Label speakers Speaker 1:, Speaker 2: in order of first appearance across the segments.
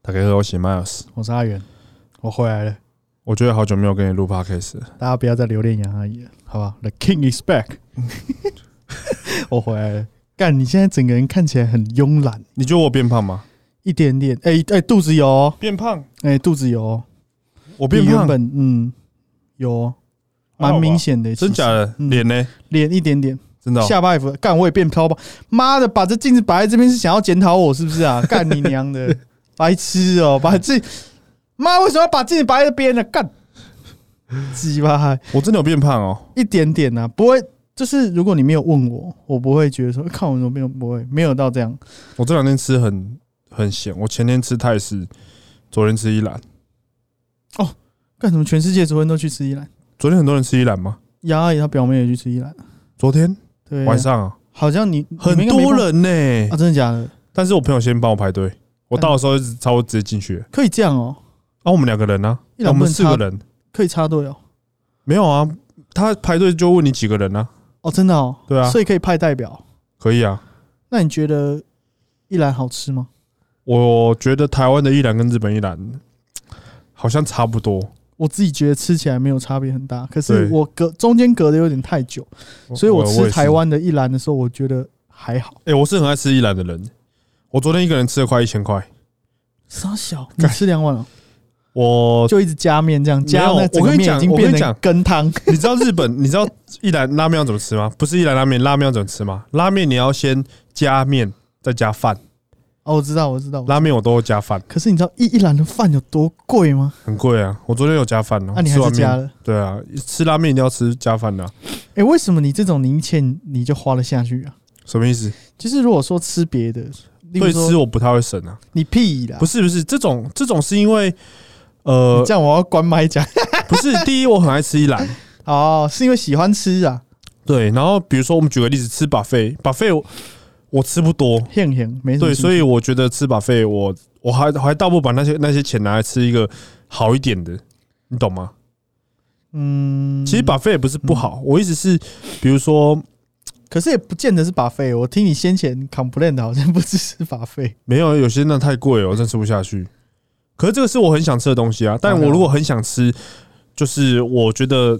Speaker 1: 大家好，我是 Miles。
Speaker 2: 我是阿元，我回来了，
Speaker 1: 我觉得好久没有跟你录 podcast，了
Speaker 2: 大家不要再留恋杨阿姨了，好吧？The King is back，我回来了。干，你现在整个人看起来很慵懒，
Speaker 1: 你觉得我变胖吗？
Speaker 2: 一点点，哎、哎、肚子有、哦，
Speaker 1: 变胖，
Speaker 2: 哎、肚子有、哦，
Speaker 1: 我
Speaker 2: 我
Speaker 1: 变
Speaker 2: 原
Speaker 1: 胖，
Speaker 2: 本嗯有哦，
Speaker 1: 还好吧
Speaker 2: 蛮明显的、
Speaker 1: 真假
Speaker 2: 的，
Speaker 1: 的？
Speaker 2: 嗯
Speaker 1: 脸呢？
Speaker 2: 脸一点点，
Speaker 1: 真的哦
Speaker 2: 下巴也不干，我也变飘吧，妈的，把这镜子摆在这边是想要检讨我是不是啊？ 干你娘的，白痴哦、把自己妈为什么要把镜子摆在这边呢？干，鸡巴。
Speaker 1: 我真的有变胖哦。
Speaker 2: 一点点啊，不会，就是如果你没有问我，我不会觉得说 看我怎么没有，不会没有到这样。
Speaker 1: 我这两天吃很很咸，我前天吃泰式，昨天吃一兰。
Speaker 2: 干什么？全世界昨天都去吃伊兰，
Speaker 1: 昨天很多人吃一兰吗？
Speaker 2: 杨阿姨她表妹也去吃伊兰，
Speaker 1: 昨天
Speaker 2: 对啊，
Speaker 1: 晚上啊，
Speaker 2: 好像你
Speaker 1: 很
Speaker 2: 你们应该没
Speaker 1: 多
Speaker 2: 办法
Speaker 1: 人呢、
Speaker 2: 啊，真的假的？
Speaker 1: 但是我朋友先帮我排队，我到的时候就差不多直接进去了。
Speaker 2: 可以这样哦、
Speaker 1: 啊，我们两个人呢、
Speaker 2: 一
Speaker 1: 啊？
Speaker 2: 兰
Speaker 1: 我
Speaker 2: 不
Speaker 1: 们
Speaker 2: 能
Speaker 1: 四
Speaker 2: 插
Speaker 1: 个人
Speaker 2: 可以插队哦、
Speaker 1: 没有啊？他排队就问你几个人啊？
Speaker 2: 哦，真的哦、
Speaker 1: 对啊
Speaker 2: 所以可以派代表。
Speaker 1: 可以啊。
Speaker 2: 那你觉得伊兰好吃吗？
Speaker 1: 我觉得台湾的一兰跟日本一兰好像差不多。
Speaker 2: 我自己觉得吃起来没有差别很大，可是
Speaker 1: 对
Speaker 2: 我隔中间隔的有点太久，所以我
Speaker 1: 也
Speaker 2: 吃
Speaker 1: 是
Speaker 2: 台湾的一兰的时候，我觉得还好。
Speaker 1: 哎、我是很爱吃一兰的人。我昨天一个人吃了快一千块，
Speaker 2: 傻小，你吃两碗了、哦
Speaker 1: 我
Speaker 2: 就一直加面这样加，
Speaker 1: 没有
Speaker 2: 那整
Speaker 1: 我
Speaker 2: 个
Speaker 1: 跟你
Speaker 2: 面
Speaker 1: 讲
Speaker 2: 已经
Speaker 1: 我跟
Speaker 2: 变
Speaker 1: 你
Speaker 2: 成
Speaker 1: 讲
Speaker 2: 羹汤。
Speaker 1: 你知道日本，你知道一兰拉面要怎么吃吗？不是一兰拉面，拉面要怎么吃吗？拉面你要先加面，再加饭。
Speaker 2: 哦，我知道，我知道。
Speaker 1: 拉面我都会加饭，
Speaker 2: 可是你知道一一兰的饭有多贵吗？
Speaker 1: 很贵啊。我昨天有加饭哦、
Speaker 2: 那、你
Speaker 1: 吃
Speaker 2: 还
Speaker 1: 完
Speaker 2: 是
Speaker 1: 面
Speaker 2: 加了。
Speaker 1: 对啊，吃拉面一定要吃加饭的啊、
Speaker 2: 哎、为什么你这种你一欠你就花得下去啊？
Speaker 1: 什么意思？
Speaker 2: 就是如果说吃别的，例如
Speaker 1: 对吃
Speaker 2: 说
Speaker 1: 我不太会省啊。
Speaker 2: 你屁啦，
Speaker 1: 不
Speaker 2: 是、
Speaker 1: 是不是，这种这种是因为呃，
Speaker 2: 这样我要关麦讲。
Speaker 1: 不是第一我很爱吃一兰，
Speaker 2: 哦，是因为喜欢吃啊，
Speaker 1: 对。然后比如说我们举个例子，吃 buffet，buffet 我我吃不多，
Speaker 2: 现行没什么
Speaker 1: 对，
Speaker 2: 兴趣。
Speaker 1: 所以我觉得吃把费，我我还还倒不如把那些那些钱拿来吃一个好一点的，你懂吗？
Speaker 2: 嗯，
Speaker 1: 其实把费也不是不好，我意思是，比如说
Speaker 2: 可是也不见得是把费。我听你先前 complain 的好像不只是把费。
Speaker 1: 没有有些那太贵了，我真吃不下去。可是这个是我很想吃的东西啊，但
Speaker 2: 当然
Speaker 1: 我
Speaker 2: 啊
Speaker 1: 如果很想吃，就是我觉得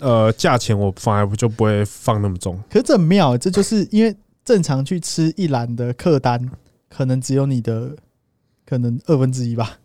Speaker 1: 呃价钱我反而就不会放那么重，
Speaker 2: 可是这很妙、这就是因为正常去吃一兰的客单，可能只有你的可能二分之一吧。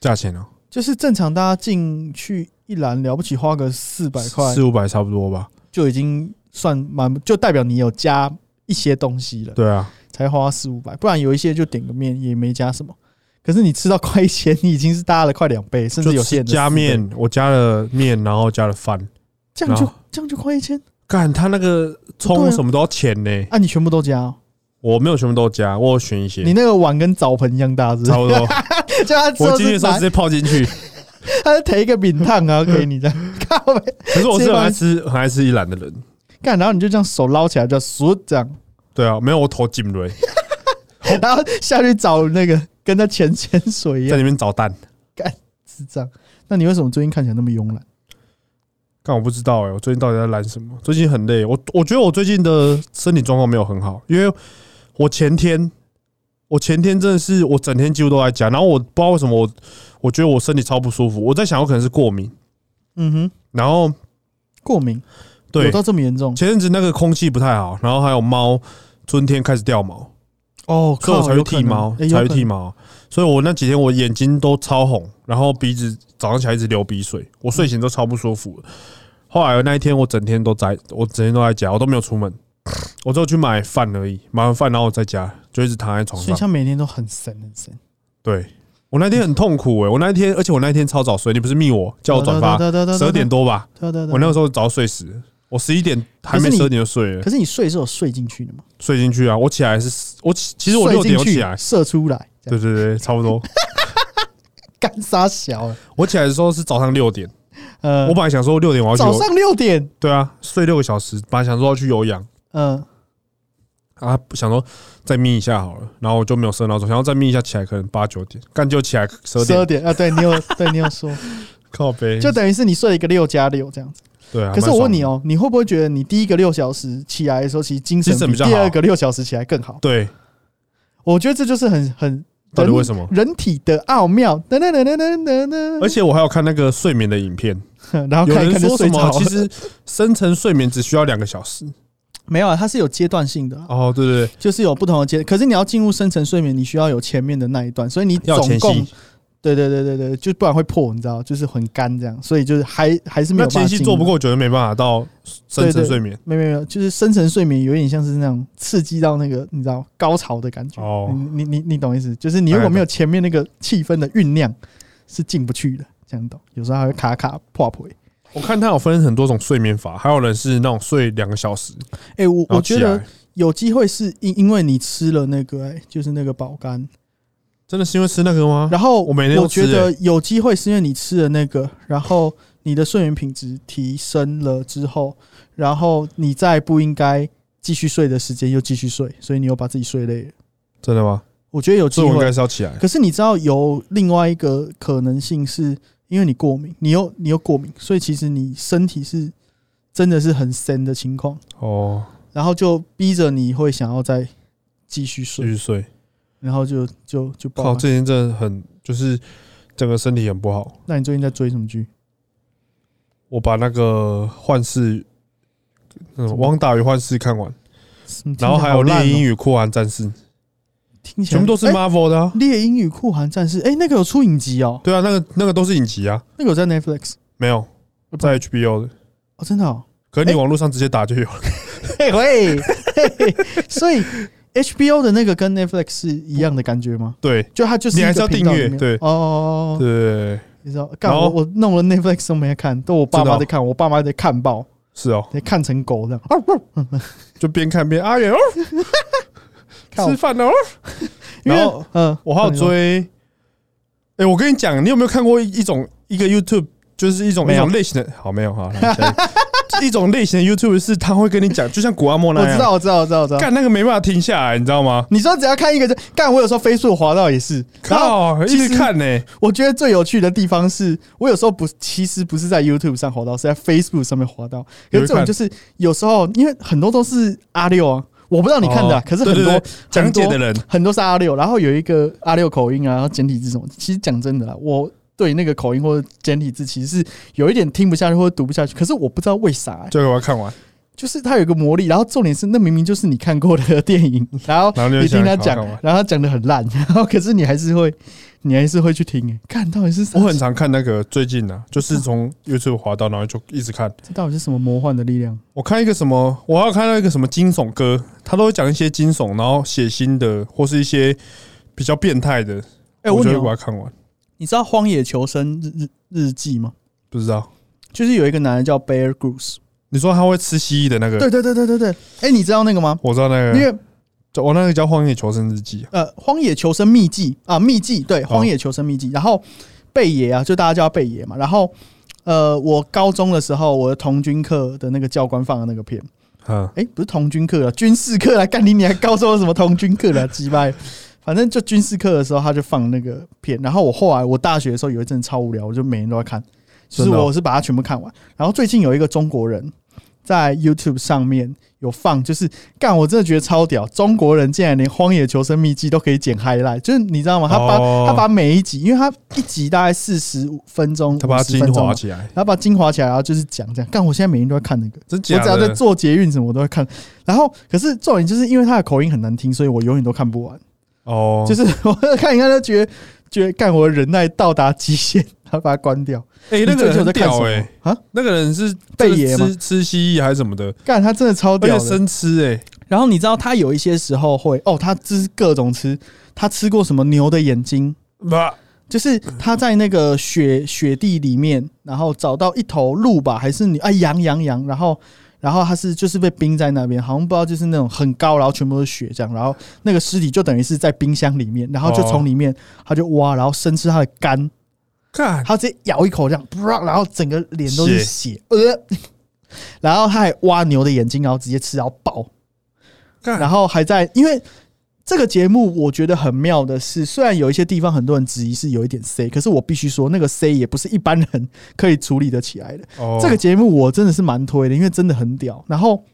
Speaker 1: 价钱哦、
Speaker 2: 就是正常大家进去一兰，了不起花个四百块
Speaker 1: 四五百差不多吧。
Speaker 2: 就已经算蛮，就代表你有加一些东西了，
Speaker 1: 对啊，
Speaker 2: 才花四五百。不然有一些就点个面也没加什么。可是你吃到快一千，你已经是大家的快两倍，甚
Speaker 1: 就
Speaker 2: 至有
Speaker 1: 吃
Speaker 2: 些人的
Speaker 1: 加
Speaker 2: 四倍，
Speaker 1: 面，我加了面，然后加了饭。
Speaker 2: 这样就
Speaker 1: 然
Speaker 2: 这样就快一千
Speaker 1: 干，他那个
Speaker 2: 对
Speaker 1: 葱
Speaker 2: 啊
Speaker 1: 什么都要钱呢、
Speaker 2: 啊！你全部都加、哦，
Speaker 1: 我没有全部都加，我有选一些，
Speaker 2: 你那个碗跟澡盆一样大，是不是
Speaker 1: 差？不多。
Speaker 2: 就他之
Speaker 1: 我
Speaker 2: 后
Speaker 1: 进去的
Speaker 2: 是
Speaker 1: 时候
Speaker 2: 拿
Speaker 1: 直，接泡进去，
Speaker 2: 他是提一个饼烫然后给你这样，靠呗，
Speaker 1: 可是我是很爱吃很爱吃一兰的人。
Speaker 2: 干，然后你就这样手捞起来就熟这样，
Speaker 1: 对啊，没有我头颈椎，哦
Speaker 2: 然后下去找那个跟他潜潜水一样
Speaker 1: 在。里面找蛋。
Speaker 2: 智障。那你为什么最近看起来那么慵懒？
Speaker 1: 但我不知道哎、我最近到底在懒什么？最近很累，我我觉得我最近的身体状况没有很好，因为我前天我前天真的是我整天几乎都在家，然后我不知道为什么我我觉得我身体超不舒服，我在想我可能是过敏，
Speaker 2: 嗯哼，
Speaker 1: 然后
Speaker 2: 过敏有
Speaker 1: 对
Speaker 2: 到这么严重？
Speaker 1: 前阵子那个空气不太好，然后还有猫春天开始掉毛，
Speaker 2: 哦，
Speaker 1: 所以我
Speaker 2: 靠
Speaker 1: 才去
Speaker 2: 有可
Speaker 1: 剃
Speaker 2: 能
Speaker 1: 毛，
Speaker 2: 哎有
Speaker 1: 才去
Speaker 2: 可
Speaker 1: 剃
Speaker 2: 能
Speaker 1: 毛。所以我那几天我眼睛都超红，然后鼻子早上起来一直流鼻水，我睡醒都超不舒服。后来那一天我整天都在，我整天都在家，我都没有出门，我就去买饭而已，买完饭然后我在家就一直躺在床
Speaker 2: 所以
Speaker 1: 上。
Speaker 2: 像每天都很神很神。
Speaker 1: 对我那天很痛苦诶、我那天而且我那天超早睡，你不是密我叫我转发十二点
Speaker 2: 多。
Speaker 1: 多吧？
Speaker 2: 对对对，
Speaker 1: 我那个
Speaker 2: 时
Speaker 1: 时候早睡死了，我十一点还
Speaker 2: 可
Speaker 1: 没
Speaker 2: 是你
Speaker 1: 十二点就睡了
Speaker 2: 候，可，是你睡是有睡进去的嘛？
Speaker 1: 睡进去啊。我起来是，我起其实我六点
Speaker 2: 睡
Speaker 1: 就
Speaker 2: 进去
Speaker 1: 起来，
Speaker 2: 射出来，这
Speaker 1: 对
Speaker 2: 样
Speaker 1: 对对，差不 多。
Speaker 2: 干啥小啊？
Speaker 1: 我起来的时候是早上六点。
Speaker 2: 呃，
Speaker 1: 我本来想说六点我要去
Speaker 2: 早
Speaker 1: 游，
Speaker 2: 上六点，
Speaker 1: 对啊，睡六个小时，本来想说要去有氧
Speaker 2: 嗯，
Speaker 1: 啊，想说再眯一下好了，然后我就没有设闹钟，想要再眯一下起来可能八九点，干就起来十二
Speaker 2: 十二
Speaker 1: 点，
Speaker 2: 点啊，对你有对你 有说，
Speaker 1: 靠背，
Speaker 2: 就等于是你睡了一个六加六这样子。
Speaker 1: 对啊。
Speaker 2: 可是我问你
Speaker 1: 哦，
Speaker 2: 哦，你会不会觉得你第一个六小时起来的时候，其实精神
Speaker 1: 精神
Speaker 2: 比
Speaker 1: 比较
Speaker 2: 第二
Speaker 1: 好
Speaker 2: 个六小时起来更好？
Speaker 1: 对，
Speaker 2: 我觉得这就是很很
Speaker 1: 到底为什么？
Speaker 2: 人体的奥妙，噔噔噔噔噔噔噔，
Speaker 1: 而且我还有看那个睡眠的影片，
Speaker 2: 然后
Speaker 1: 有
Speaker 2: 嗯哦看一
Speaker 1: 人
Speaker 2: 看就
Speaker 1: 说什
Speaker 2: 睡着
Speaker 1: 么
Speaker 2: 了。
Speaker 1: 其实深层睡眠只需要两个小时。
Speaker 2: 没有啊，它是有阶段性的啊、
Speaker 1: 哦，对对对，
Speaker 2: 就是有不同的阶。可是你要进入深层睡眠，你需要有前面的那一段，所以你
Speaker 1: 要
Speaker 2: 总
Speaker 1: 前
Speaker 2: 共
Speaker 1: 戏，
Speaker 2: 对对对对对，就不然会破，你知道，就是很干这样，所以就是还还是没
Speaker 1: 那
Speaker 2: 有办法
Speaker 1: 前戏
Speaker 2: 进
Speaker 1: 做不
Speaker 2: 入。
Speaker 1: 够久就没办法到深层睡眠。
Speaker 2: 没有没有没有，就是深层睡眠有点像是那种刺激到那个你知道高潮的感觉。
Speaker 1: 哦
Speaker 2: 你你你你懂意思？就是你如果没有前面那个气氛的酝酿，是进不去的。这样懂？有时候还会卡卡破破。
Speaker 1: 我看他有分很多种睡眠法，还有人是那种睡两个小时，
Speaker 2: 哎、我
Speaker 1: 然
Speaker 2: 我
Speaker 1: 后起
Speaker 2: 觉得
Speaker 1: 来。
Speaker 2: 有机会是因因为你吃了那个、哎，就是那个保肝，
Speaker 1: 真的是因为吃那个吗？
Speaker 2: 然后
Speaker 1: 我每天都
Speaker 2: 我
Speaker 1: 吃哎
Speaker 2: 觉得有机会是因为你吃了那个，然后你的睡眠品质提升了之后，然后你在不应该继续睡的时间又继续睡，所以你又把自己睡累了。
Speaker 1: 真的吗？
Speaker 2: 我觉得有机
Speaker 1: 所以我应该
Speaker 2: 会，
Speaker 1: 是要起来。
Speaker 2: 可是你知道有另外一个可能性是因为你过敏，你又你又过敏，所以其实你身体是真的是很深的情况，
Speaker 1: 哦，
Speaker 2: 然后就逼着你会想要再继续
Speaker 1: 继
Speaker 2: 睡，
Speaker 1: 续睡。
Speaker 2: 然后就就就爆
Speaker 1: 靠，
Speaker 2: 了。
Speaker 1: 最近真的很就是整个身体很不好。
Speaker 2: 那你最近在追什么剧？
Speaker 1: 我把那个幻视，那
Speaker 2: 什么
Speaker 1: 种汪达与幻视看完，
Speaker 2: 嗯
Speaker 1: 然后还有
Speaker 2: 听起来好烂
Speaker 1: 猎
Speaker 2: 哦
Speaker 1: 鹰与酷寒战士，
Speaker 2: 听起来
Speaker 1: 全部都是
Speaker 2: 哎
Speaker 1: Marvel 的啊。
Speaker 2: 猎鹰与酷寒战士，哎、那个有出影集哦，
Speaker 1: 对啊，那个那个都是影集啊，
Speaker 2: 那个有在 Netflix
Speaker 1: 没有在 HBO 的，
Speaker 2: 哦，真的哦，
Speaker 1: 可是你
Speaker 2: 嗯哎
Speaker 1: 网络上直接打就有了。
Speaker 2: 嘿喂，嘿嘿所以 HBO 的那个跟 Netflix 是一样的感觉吗？
Speaker 1: 对
Speaker 2: 就它就是
Speaker 1: 你还是
Speaker 2: 一个
Speaker 1: 要
Speaker 2: 频道里面
Speaker 1: 订阅对
Speaker 2: 哦哦，哦哦
Speaker 1: 对，
Speaker 2: 你知道，干
Speaker 1: 然后
Speaker 2: 我我弄了 Netflix 都没看，都我爸
Speaker 1: 真的
Speaker 2: 妈
Speaker 1: 哦
Speaker 2: 在看，我爸妈在看爆，
Speaker 1: 是哦，
Speaker 2: 在看成狗这样，啊啊
Speaker 1: 就边看边阿远哦，
Speaker 2: 看
Speaker 1: 吃
Speaker 2: 我
Speaker 1: 饭哦。
Speaker 2: 因
Speaker 1: 然
Speaker 2: 为
Speaker 1: 后
Speaker 2: 嗯，
Speaker 1: 我还有追，哎，我跟你讲，你有没有看过一种一个 YouTube，就是一种
Speaker 2: 没
Speaker 1: 一
Speaker 2: 有
Speaker 1: 种类型的，好没有好，来下一个 一种类型的 YouTube 是他会跟你讲，就像古阿莫那
Speaker 2: 我
Speaker 1: 样，
Speaker 2: 知道，我知道，我知道，我知道。
Speaker 1: 干那个没办法停下来，你知道吗？
Speaker 2: 你说只要看一个就干，我有时候飞速滑到也是，然后
Speaker 1: 靠，一
Speaker 2: 其实
Speaker 1: 直看呢、
Speaker 2: 我觉得最有趣的地方是，我有时候不，其实不是在 YouTube 上滑到，是在 Facebook 上面滑到。
Speaker 1: 有
Speaker 2: 可是
Speaker 1: 一
Speaker 2: 这种
Speaker 1: 看
Speaker 2: 就是有时候，因为很多都是阿六啊，我不知道你看的啊、
Speaker 1: 哦
Speaker 2: 可是很
Speaker 1: 对对
Speaker 2: 多
Speaker 1: 对讲解的人
Speaker 2: 很多是阿六，然后有一个阿六口音啊，然后简体字什么。其实讲真的啦，我对那个口音或者简体字其实是有一点听不下去或者读不下去，可是我不知道为啥欸、
Speaker 1: 就给我看完，
Speaker 2: 就是它有一个魔力，然后重点是那明明就是你看过的电影，然后
Speaker 1: 然后就
Speaker 2: 你听他
Speaker 1: 想
Speaker 2: 讲
Speaker 1: 好好玩，
Speaker 2: 然后他讲的很烂，然后可是你还是会，你还是会去听、欸，看到底是啥
Speaker 1: 我很常看那个最近啊，就是从 YouTube 滑到，然后就一直看。
Speaker 2: 这到底是什么魔幻的力量？
Speaker 1: 我看一个什么，我还有看到一个什么惊悚歌，他都会讲一些惊悚，然后血腥的，或是一些比较变态的。
Speaker 2: 哎、
Speaker 1: 我
Speaker 2: 我
Speaker 1: 就会
Speaker 2: 问你
Speaker 1: 把它
Speaker 2: 哦，
Speaker 1: 看完，
Speaker 2: 你知道《荒野求生日日日记》吗？
Speaker 1: 不知道。
Speaker 2: 就是有一个男人叫 Bear Grylls。
Speaker 1: 你说他会吃蜥蜴的那个，
Speaker 2: 对对对对对对。哎、你知道那个吗？
Speaker 1: 我知道那
Speaker 2: 因
Speaker 1: 个，
Speaker 2: 为
Speaker 1: 叫我那个叫《荒野求生日记》啊，哦
Speaker 2: 呃，《荒野求生秘籍》啊，秘籍对，《荒野求生秘籍》然后贝爷啊，就大家叫他贝爷嘛。然后呃，我高中的时候，我的童军课的那个教官放的那个片，
Speaker 1: 嗯，
Speaker 2: 哎、不是童军课啊，军事课啊，干你你还高中有什么童军课啦，鸡掰！反正就军事课的时候，他就放那个片。然后我后来我大学的时候有一阵超无聊，我就每天都在看，就是
Speaker 1: 真的哦
Speaker 2: 我是把它全部看完。然后最近有一个中国人在 YouTube 上面有放，就是干我真的觉得超屌，中国人竟然连《荒野求生秘籍》都可以剪 highlight，就是你知道吗？他把、
Speaker 1: 哦
Speaker 2: 他把每一集，因为他一集大概四十五分钟，
Speaker 1: 他把它
Speaker 2: 50
Speaker 1: 精
Speaker 2: 分钟嘛
Speaker 1: 华起来，
Speaker 2: 然后把它精华起来，然后就是讲这样。干我现在每天都在看那个。
Speaker 1: 真
Speaker 2: 我
Speaker 1: 假
Speaker 2: 只要在
Speaker 1: 的？
Speaker 2: 做捷运什么我都会看。然后，可是重点就是因为他的口音很难听，所以我永远都看不完。
Speaker 1: 哦，
Speaker 2: 就是 我看一看就觉得觉得干我的忍耐到达极限，然后把它关掉。
Speaker 1: 哎，那个
Speaker 2: 你最近
Speaker 1: 人
Speaker 2: 有在
Speaker 1: 很
Speaker 2: 看什
Speaker 1: 屌
Speaker 2: 么
Speaker 1: 哎，
Speaker 2: 啊？
Speaker 1: 那个人是
Speaker 2: 贝爷吗
Speaker 1: 吃吃蜥蜴还是什么的，
Speaker 2: 干他真的超
Speaker 1: 而
Speaker 2: 屌
Speaker 1: 且
Speaker 2: 的。
Speaker 1: 生吃哎，
Speaker 2: 然后你知道他有一些时候会哦，他吃各种吃，他吃过什么牛的眼睛。
Speaker 1: 哇
Speaker 2: 就是他在那个雪雪地里面，然后找到一头鹿吧，还是你啊羊羊羊，然后然后他是就是被冰在那边，好像不知道就是那种很高，然后全部都是雪这样，然后那个尸体就等于是在冰箱里面，然后就从里面他就挖，然后生吃它的肝，
Speaker 1: 干
Speaker 2: 他直接咬一口这样，啪然后整个脸都是血，呃， 然后他还挖牛的眼睛，然后直接吃，然后爆，然
Speaker 1: 干，
Speaker 2: 后还在，因为这个节目我觉得很妙的是，虽然有一些地方很多人质疑是有一点 C，可是我必须说，那个 C 也不是一般人 可以处理得起来的。
Speaker 1: 哦
Speaker 2: 这个节目我真的是蛮推的，因为真的很屌。然后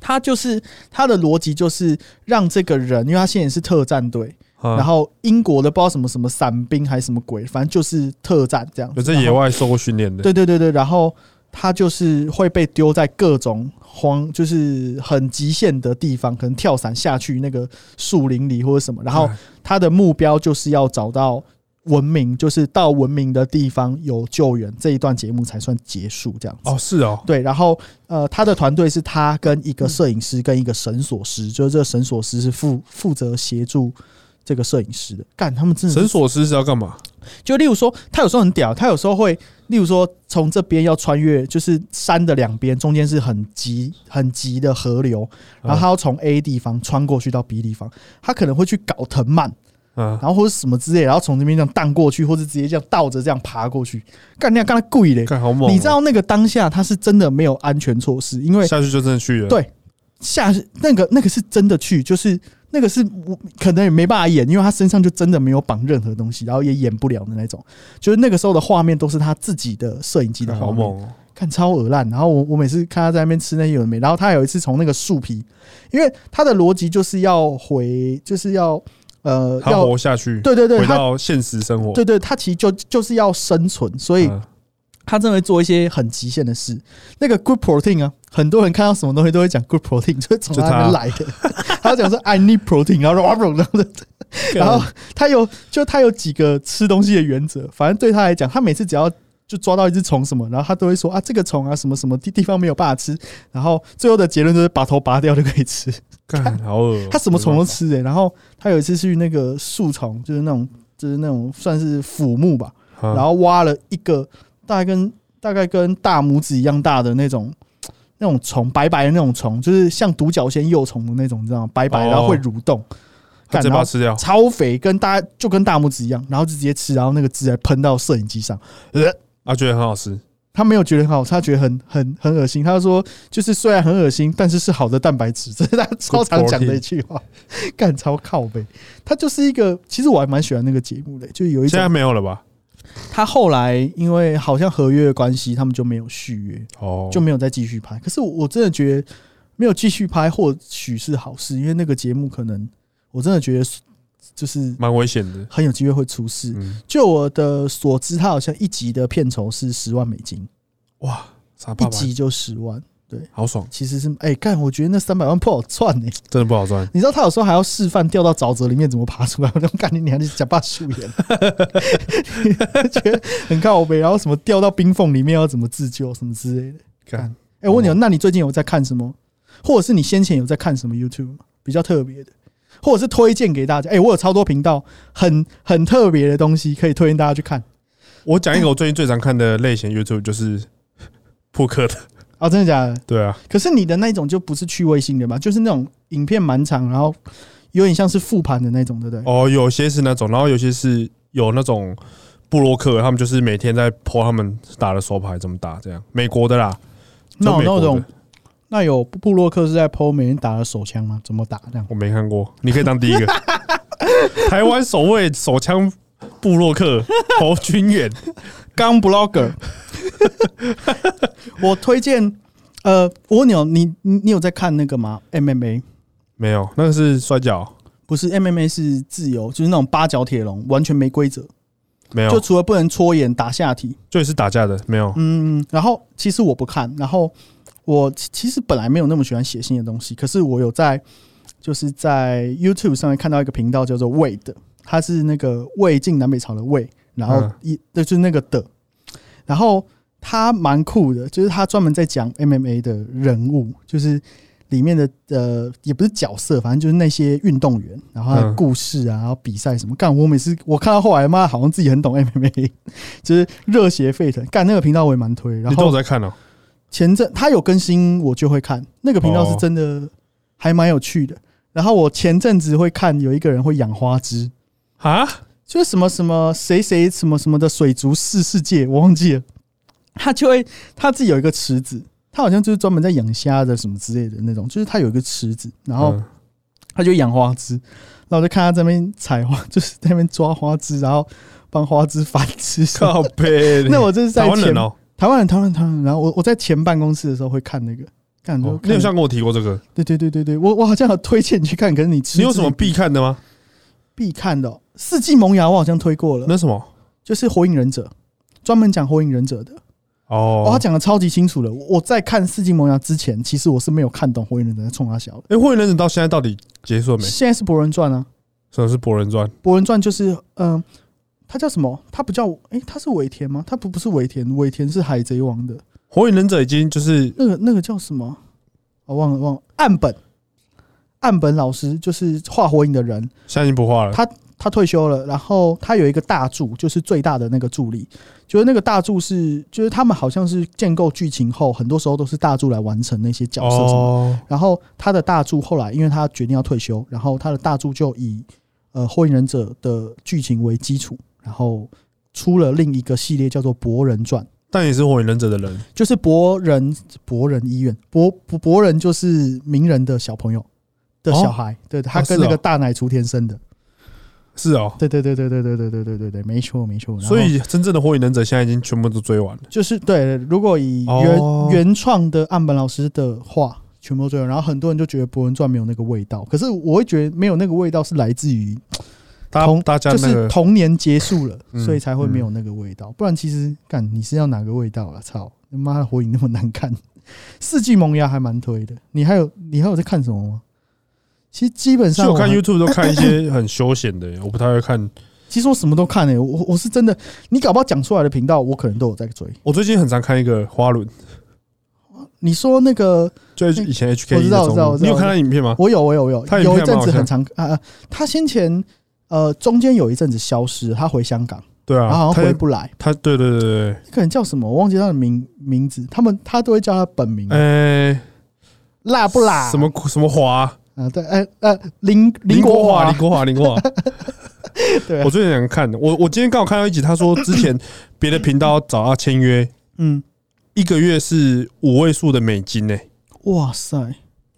Speaker 2: 他就是他的逻辑就是让这个人，因为他现在也是特战队，
Speaker 1: 嗯
Speaker 2: 然后英国的不知道什么什么伞兵还是什么鬼，反正就是特战这样子。
Speaker 1: 有在
Speaker 2: 然后
Speaker 1: 野外受过训练的，
Speaker 2: 对对对对，然后他就是会被丢在各种荒，就是很极限的地方，可能跳伞下去那个树林里或者什么。然后
Speaker 1: 哎
Speaker 2: 他的目标就是要找到文明，就是到文明的地方有救援，这一段节目才算结束这样子。
Speaker 1: 哦，是哦，
Speaker 2: 对，然后呃，他的团队是他跟一个摄影师跟一个绳索师，就是这个绳索师是负负责协助这个摄影师的。干，他们真的是
Speaker 1: 绳索师是要干嘛？
Speaker 2: 就例如说，他有时候很屌，他有时候会，例如说从这边要穿越，就是山的两边中间是很急很急的河流，然
Speaker 1: 嗯啊
Speaker 2: 后他要从 A 地方穿过去到 B 地方，他可能会去搞藤蔓，
Speaker 1: 嗯，
Speaker 2: 然后或者什么之类，然后从这边这样荡过去，或者直接这样倒着这样爬过去，干那干他贵嘞！
Speaker 1: 看好猛哦，
Speaker 2: 你知道那个当下他是真的没有安全措施，因为
Speaker 1: 下去就真的去了，
Speaker 2: 对下那个那个是真的去，就是那个是我可能也没办法演，因为他身上就真的没有绑任何东西，然后也演不了的那种。就是那个时候的画面都是他自己的摄影机的
Speaker 1: 看
Speaker 2: 画
Speaker 1: 好
Speaker 2: 面，
Speaker 1: 猛哦，
Speaker 2: 看超恶烂。然后我我每次看他在那边吃那些有的没，然后他有一次从那个树皮，因为他的逻辑就是要回，就是要呃
Speaker 1: 他
Speaker 2: 要
Speaker 1: 活下去，
Speaker 2: 对对对，
Speaker 1: 回
Speaker 2: 他
Speaker 1: 到现实生活，
Speaker 2: 对对，他其实就就是要生存，所以
Speaker 1: 嗯，
Speaker 2: 他真的会做一些很极限的事。那个 good protein 啊，很多人看到什么东西都会讲 good protein，就是从
Speaker 1: 就
Speaker 2: 他
Speaker 1: 他
Speaker 2: 那边来的。他讲说 I need protein，然后哇哇哇的。然后他有就他有几个吃东西的原则，反正对他来讲，他每次只要。就抓到一只虫什么，然后他都会说啊，这个虫啊，什么什么地地方没有办法吃，然后最后的结论就是把头拔掉就可以吃。
Speaker 1: 干好恶哦，
Speaker 2: 他什么虫都吃欸诶、然后他有一次去那个树丛，就是那种就是那种算是腐木吧，
Speaker 1: 嗯，
Speaker 2: 然后挖了一个大概跟大概跟大拇指一样大的那种那种虫，白白的那种虫，就是像独角仙幼虫的那种，你知道吗？白白，
Speaker 1: 哦
Speaker 2: 然后会蠕动，
Speaker 1: 他
Speaker 2: 干
Speaker 1: 直接
Speaker 2: 然
Speaker 1: 把它
Speaker 2: 后
Speaker 1: 吃掉，
Speaker 2: 超肥，跟大就跟大拇指一样，然后就直接吃，然后那个汁还喷到摄影机上，呃。
Speaker 1: 他啊觉得很好吃，
Speaker 2: 他没有觉得很好吃，他觉得很很很恶心。他就说，就是虽然很恶心，但是是好的蛋白质， 这是他超常讲的一句话，干超靠背。他就是一个，其实我还蛮喜欢那个节目的，就有一
Speaker 1: 现
Speaker 2: 种
Speaker 1: 在没有了吧？
Speaker 2: 他后来因为好像合约的关系，他们就没有续约，
Speaker 1: 哦，
Speaker 2: 就没有再继续拍。可是我我真的觉得没有继续拍或许是好事，因为那个节目可能我真的觉得是就是
Speaker 1: 蛮危险的，
Speaker 2: 很有机会会出事。
Speaker 1: 嗯，
Speaker 2: 就我的所知，他好像一集的片酬是十万美金，
Speaker 1: 哇，傻
Speaker 2: 一
Speaker 1: 爸爸，
Speaker 2: 集就十万，
Speaker 1: 好爽，
Speaker 2: 其实是哎干、我觉得那三百万不好赚呢、
Speaker 1: 真的不好赚，
Speaker 2: 你知道他有时候还要示范掉到沼泽里面怎么爬出来，我就干你娘，你假扮素颜， 觉得很靠背。然后什么掉到冰缝里面要怎么自救什么之类的。
Speaker 1: 干
Speaker 2: 哎、我问你哦，
Speaker 1: 哦
Speaker 2: 那你最近有在看什么，或者是你先前有在看什么 YouTube 吗比较特别的，或者是推荐给大家？哎、我有超多频道，很很特别的东西可以推荐大家去看
Speaker 1: 我讲一个我最近最常看的类型 YouTube 就是 扑克的，
Speaker 2: 啊、真的假的？
Speaker 1: 对啊，
Speaker 2: 可是你的那种就不是趣味性的嘛，就是那种影片蛮长，然后有点像是复盘的那种，对不对？
Speaker 1: 哦，有些是那种，然后有些是有那种布洛克，他们就是每天在 po 他们打的手牌怎么打，这样美国的啦，
Speaker 2: 那
Speaker 1: 就
Speaker 2: 有
Speaker 1: 美国
Speaker 2: 那
Speaker 1: 的
Speaker 2: 种，那有布洛克是在剖每人打的手枪吗？怎么打这样？
Speaker 1: 我没看过，你可以当第 一个，台湾首位手枪布洛克侯君远，
Speaker 2: 刚 blogger，我推荐。呃，我问你哦，你你你有在看那个吗？MMA
Speaker 1: 没有，那个是摔跤，
Speaker 2: 不是 MMA 是自由，就是那种八角铁笼，完全没规则，
Speaker 1: 没有
Speaker 2: 就，除了不能戳眼、打下体。
Speaker 1: 就也是打架的，没有，
Speaker 2: 嗯，然后其实我不看，然后我其其实本来没有那么喜欢写信的东西，可是我有在就是在 YouTube 上面看到一个频道叫做魏的，他是那个魏晋南北朝的魏，然后
Speaker 1: 嗯
Speaker 2: 一、就是那个的，然后他蛮酷的，就是他专门在讲 MMA 的人物，就是里面的呃也不是角色，反正就是那些运动员，然后他的
Speaker 1: 嗯
Speaker 2: 故事啊，然后比赛什么。干，我每次我看到后来，妈好像自己很懂 MMA，就是热血沸腾。干那个频道我也蛮推，然
Speaker 1: 你都有
Speaker 2: 后
Speaker 1: 在看哦，
Speaker 2: 前阵他有更新，我就会看那个频道是
Speaker 1: 哦
Speaker 2: 真的还蛮有趣的。然后我前阵子会看有一个人会养花枝，
Speaker 1: 啊，
Speaker 2: 就是什么什么谁谁什么什么的水族世世界，我忘记了。他就会他自己有一个池子，他好像就是专门在养虾的什么之类的那种，就是他有一个池子，然后
Speaker 1: 嗯
Speaker 2: 他就养花枝，然后我就看他这边采花， 就是在那边抓花枝，然后帮花枝繁殖。
Speaker 1: 靠背，
Speaker 2: 那我这是在
Speaker 1: 台湾
Speaker 2: 前
Speaker 1: 人哦，
Speaker 2: 台湾人，台湾人，台湾人。然后我我在前办公室的时候会看那个，看
Speaker 1: 哦
Speaker 2: 就
Speaker 1: 你
Speaker 2: 看
Speaker 1: 有像跟我提过这个，
Speaker 2: 对对对对对，我我好像有推荐你去看，可是你
Speaker 1: 你有什么
Speaker 2: 必？
Speaker 1: 必看的吗？
Speaker 2: 必看的、哦《四季萌芽》，我好像推过了，
Speaker 1: 那什么
Speaker 2: 就是《火影忍者》，专门讲《火影忍者》的。哦，他
Speaker 1: 哦，
Speaker 2: 讲的超级清楚了。我我在看《四季萌芽》之前，其实我是没有看懂《火影忍者》在冲他小的。
Speaker 1: 哎，火影忍者到现在到底结束了没？
Speaker 2: 现在是《博人传》啊，
Speaker 1: 什么是博人传？
Speaker 2: 《博人传》就是嗯、呃他叫什么？他不叫诶，他是尾田吗？他不不是尾田，尾田是海贼王的
Speaker 1: 火影忍者已经就是
Speaker 2: 那个那个叫什么？我、忘了忘了。岸本，岸本老师就是画火影的人，
Speaker 1: 现在已经不画了。
Speaker 2: 他退休了，然后他有一个大助，就是最大的那个助理，就是那个大助是，就是他们好像是建构剧情后，很多时候都是大助来完成那些角色什么的
Speaker 1: 哦，
Speaker 2: 然后他的大助后来，因为他决定要退休，然后他的大助就以呃《火影忍者》的剧情为基础，然后出了另一个系列叫做《博人传》，
Speaker 1: 但也是火影忍者的人
Speaker 2: 就是博人博人医院，博博博人就是鸣人的小朋友的小孩，对，他跟
Speaker 1: 是哦
Speaker 2: 那个大奶雏田生的，
Speaker 1: 是哦，
Speaker 2: 对对对对对对对对对对对，没错没错。然后
Speaker 1: 所以真正的火影忍者现在已经全部都追完了。
Speaker 2: 就是对，如果以原、
Speaker 1: 哦
Speaker 2: 原创的岸本老师的话，全部都追完，然后很多人就觉得《博文传》没有那个味道，可是我会觉得没有那个味道是来自于
Speaker 1: 大
Speaker 2: 同
Speaker 1: 大家
Speaker 2: 就
Speaker 1: 那
Speaker 2: 是
Speaker 1: 个
Speaker 2: 童年结束了，
Speaker 1: 嗯
Speaker 2: 所以才会没有那个味道。不然其实干你是要哪个味道啊？操，他妈的火影那么难看，《四季萌芽》还蛮推的。你还有你还有在看什么吗？其实基本
Speaker 1: 其
Speaker 2: 上
Speaker 1: 实我看
Speaker 2: 还
Speaker 1: YouTube 都看一些很休闲的耶，我不太会看。
Speaker 2: 其实我什么都看诶、欸我我是真的，你搞不好讲出来的频道，我可能都有在追。
Speaker 1: 我最近很常看一个花轮，
Speaker 2: 你说那个
Speaker 1: 就以前 HK
Speaker 2: 我知道
Speaker 1: 的
Speaker 2: 我知道
Speaker 1: 中
Speaker 2: 我
Speaker 1: 路
Speaker 2: 知道
Speaker 1: 你有看他影片吗？
Speaker 2: 我有，我有，我有，
Speaker 1: 啊他影片
Speaker 2: 有一
Speaker 1: 还
Speaker 2: 阵
Speaker 1: 蛮
Speaker 2: 子
Speaker 1: 好
Speaker 2: 很常啊、啊，他先前呃中间有一阵子消失，他回香港，
Speaker 1: 对
Speaker 2: 然后
Speaker 1: 啊，
Speaker 2: 好
Speaker 1: 他
Speaker 2: 像回不来。
Speaker 1: 他对对对对
Speaker 2: 那个人叫什么？我忘记他的名名字，他们他都会叫他本名
Speaker 1: 对，，哎，
Speaker 2: 辣嗯啊不辣？
Speaker 1: 什么什么华
Speaker 2: 啊？对，哎呃，林
Speaker 1: 林
Speaker 2: 国啊
Speaker 1: 国华林国华林国华，
Speaker 2: 对啊
Speaker 1: 我，最近想看，我我今天刚好看到一集，他说之前别的频道找他签约，
Speaker 2: 嗯，
Speaker 1: 一个月是五位数的美金呢、
Speaker 2: 哇塞！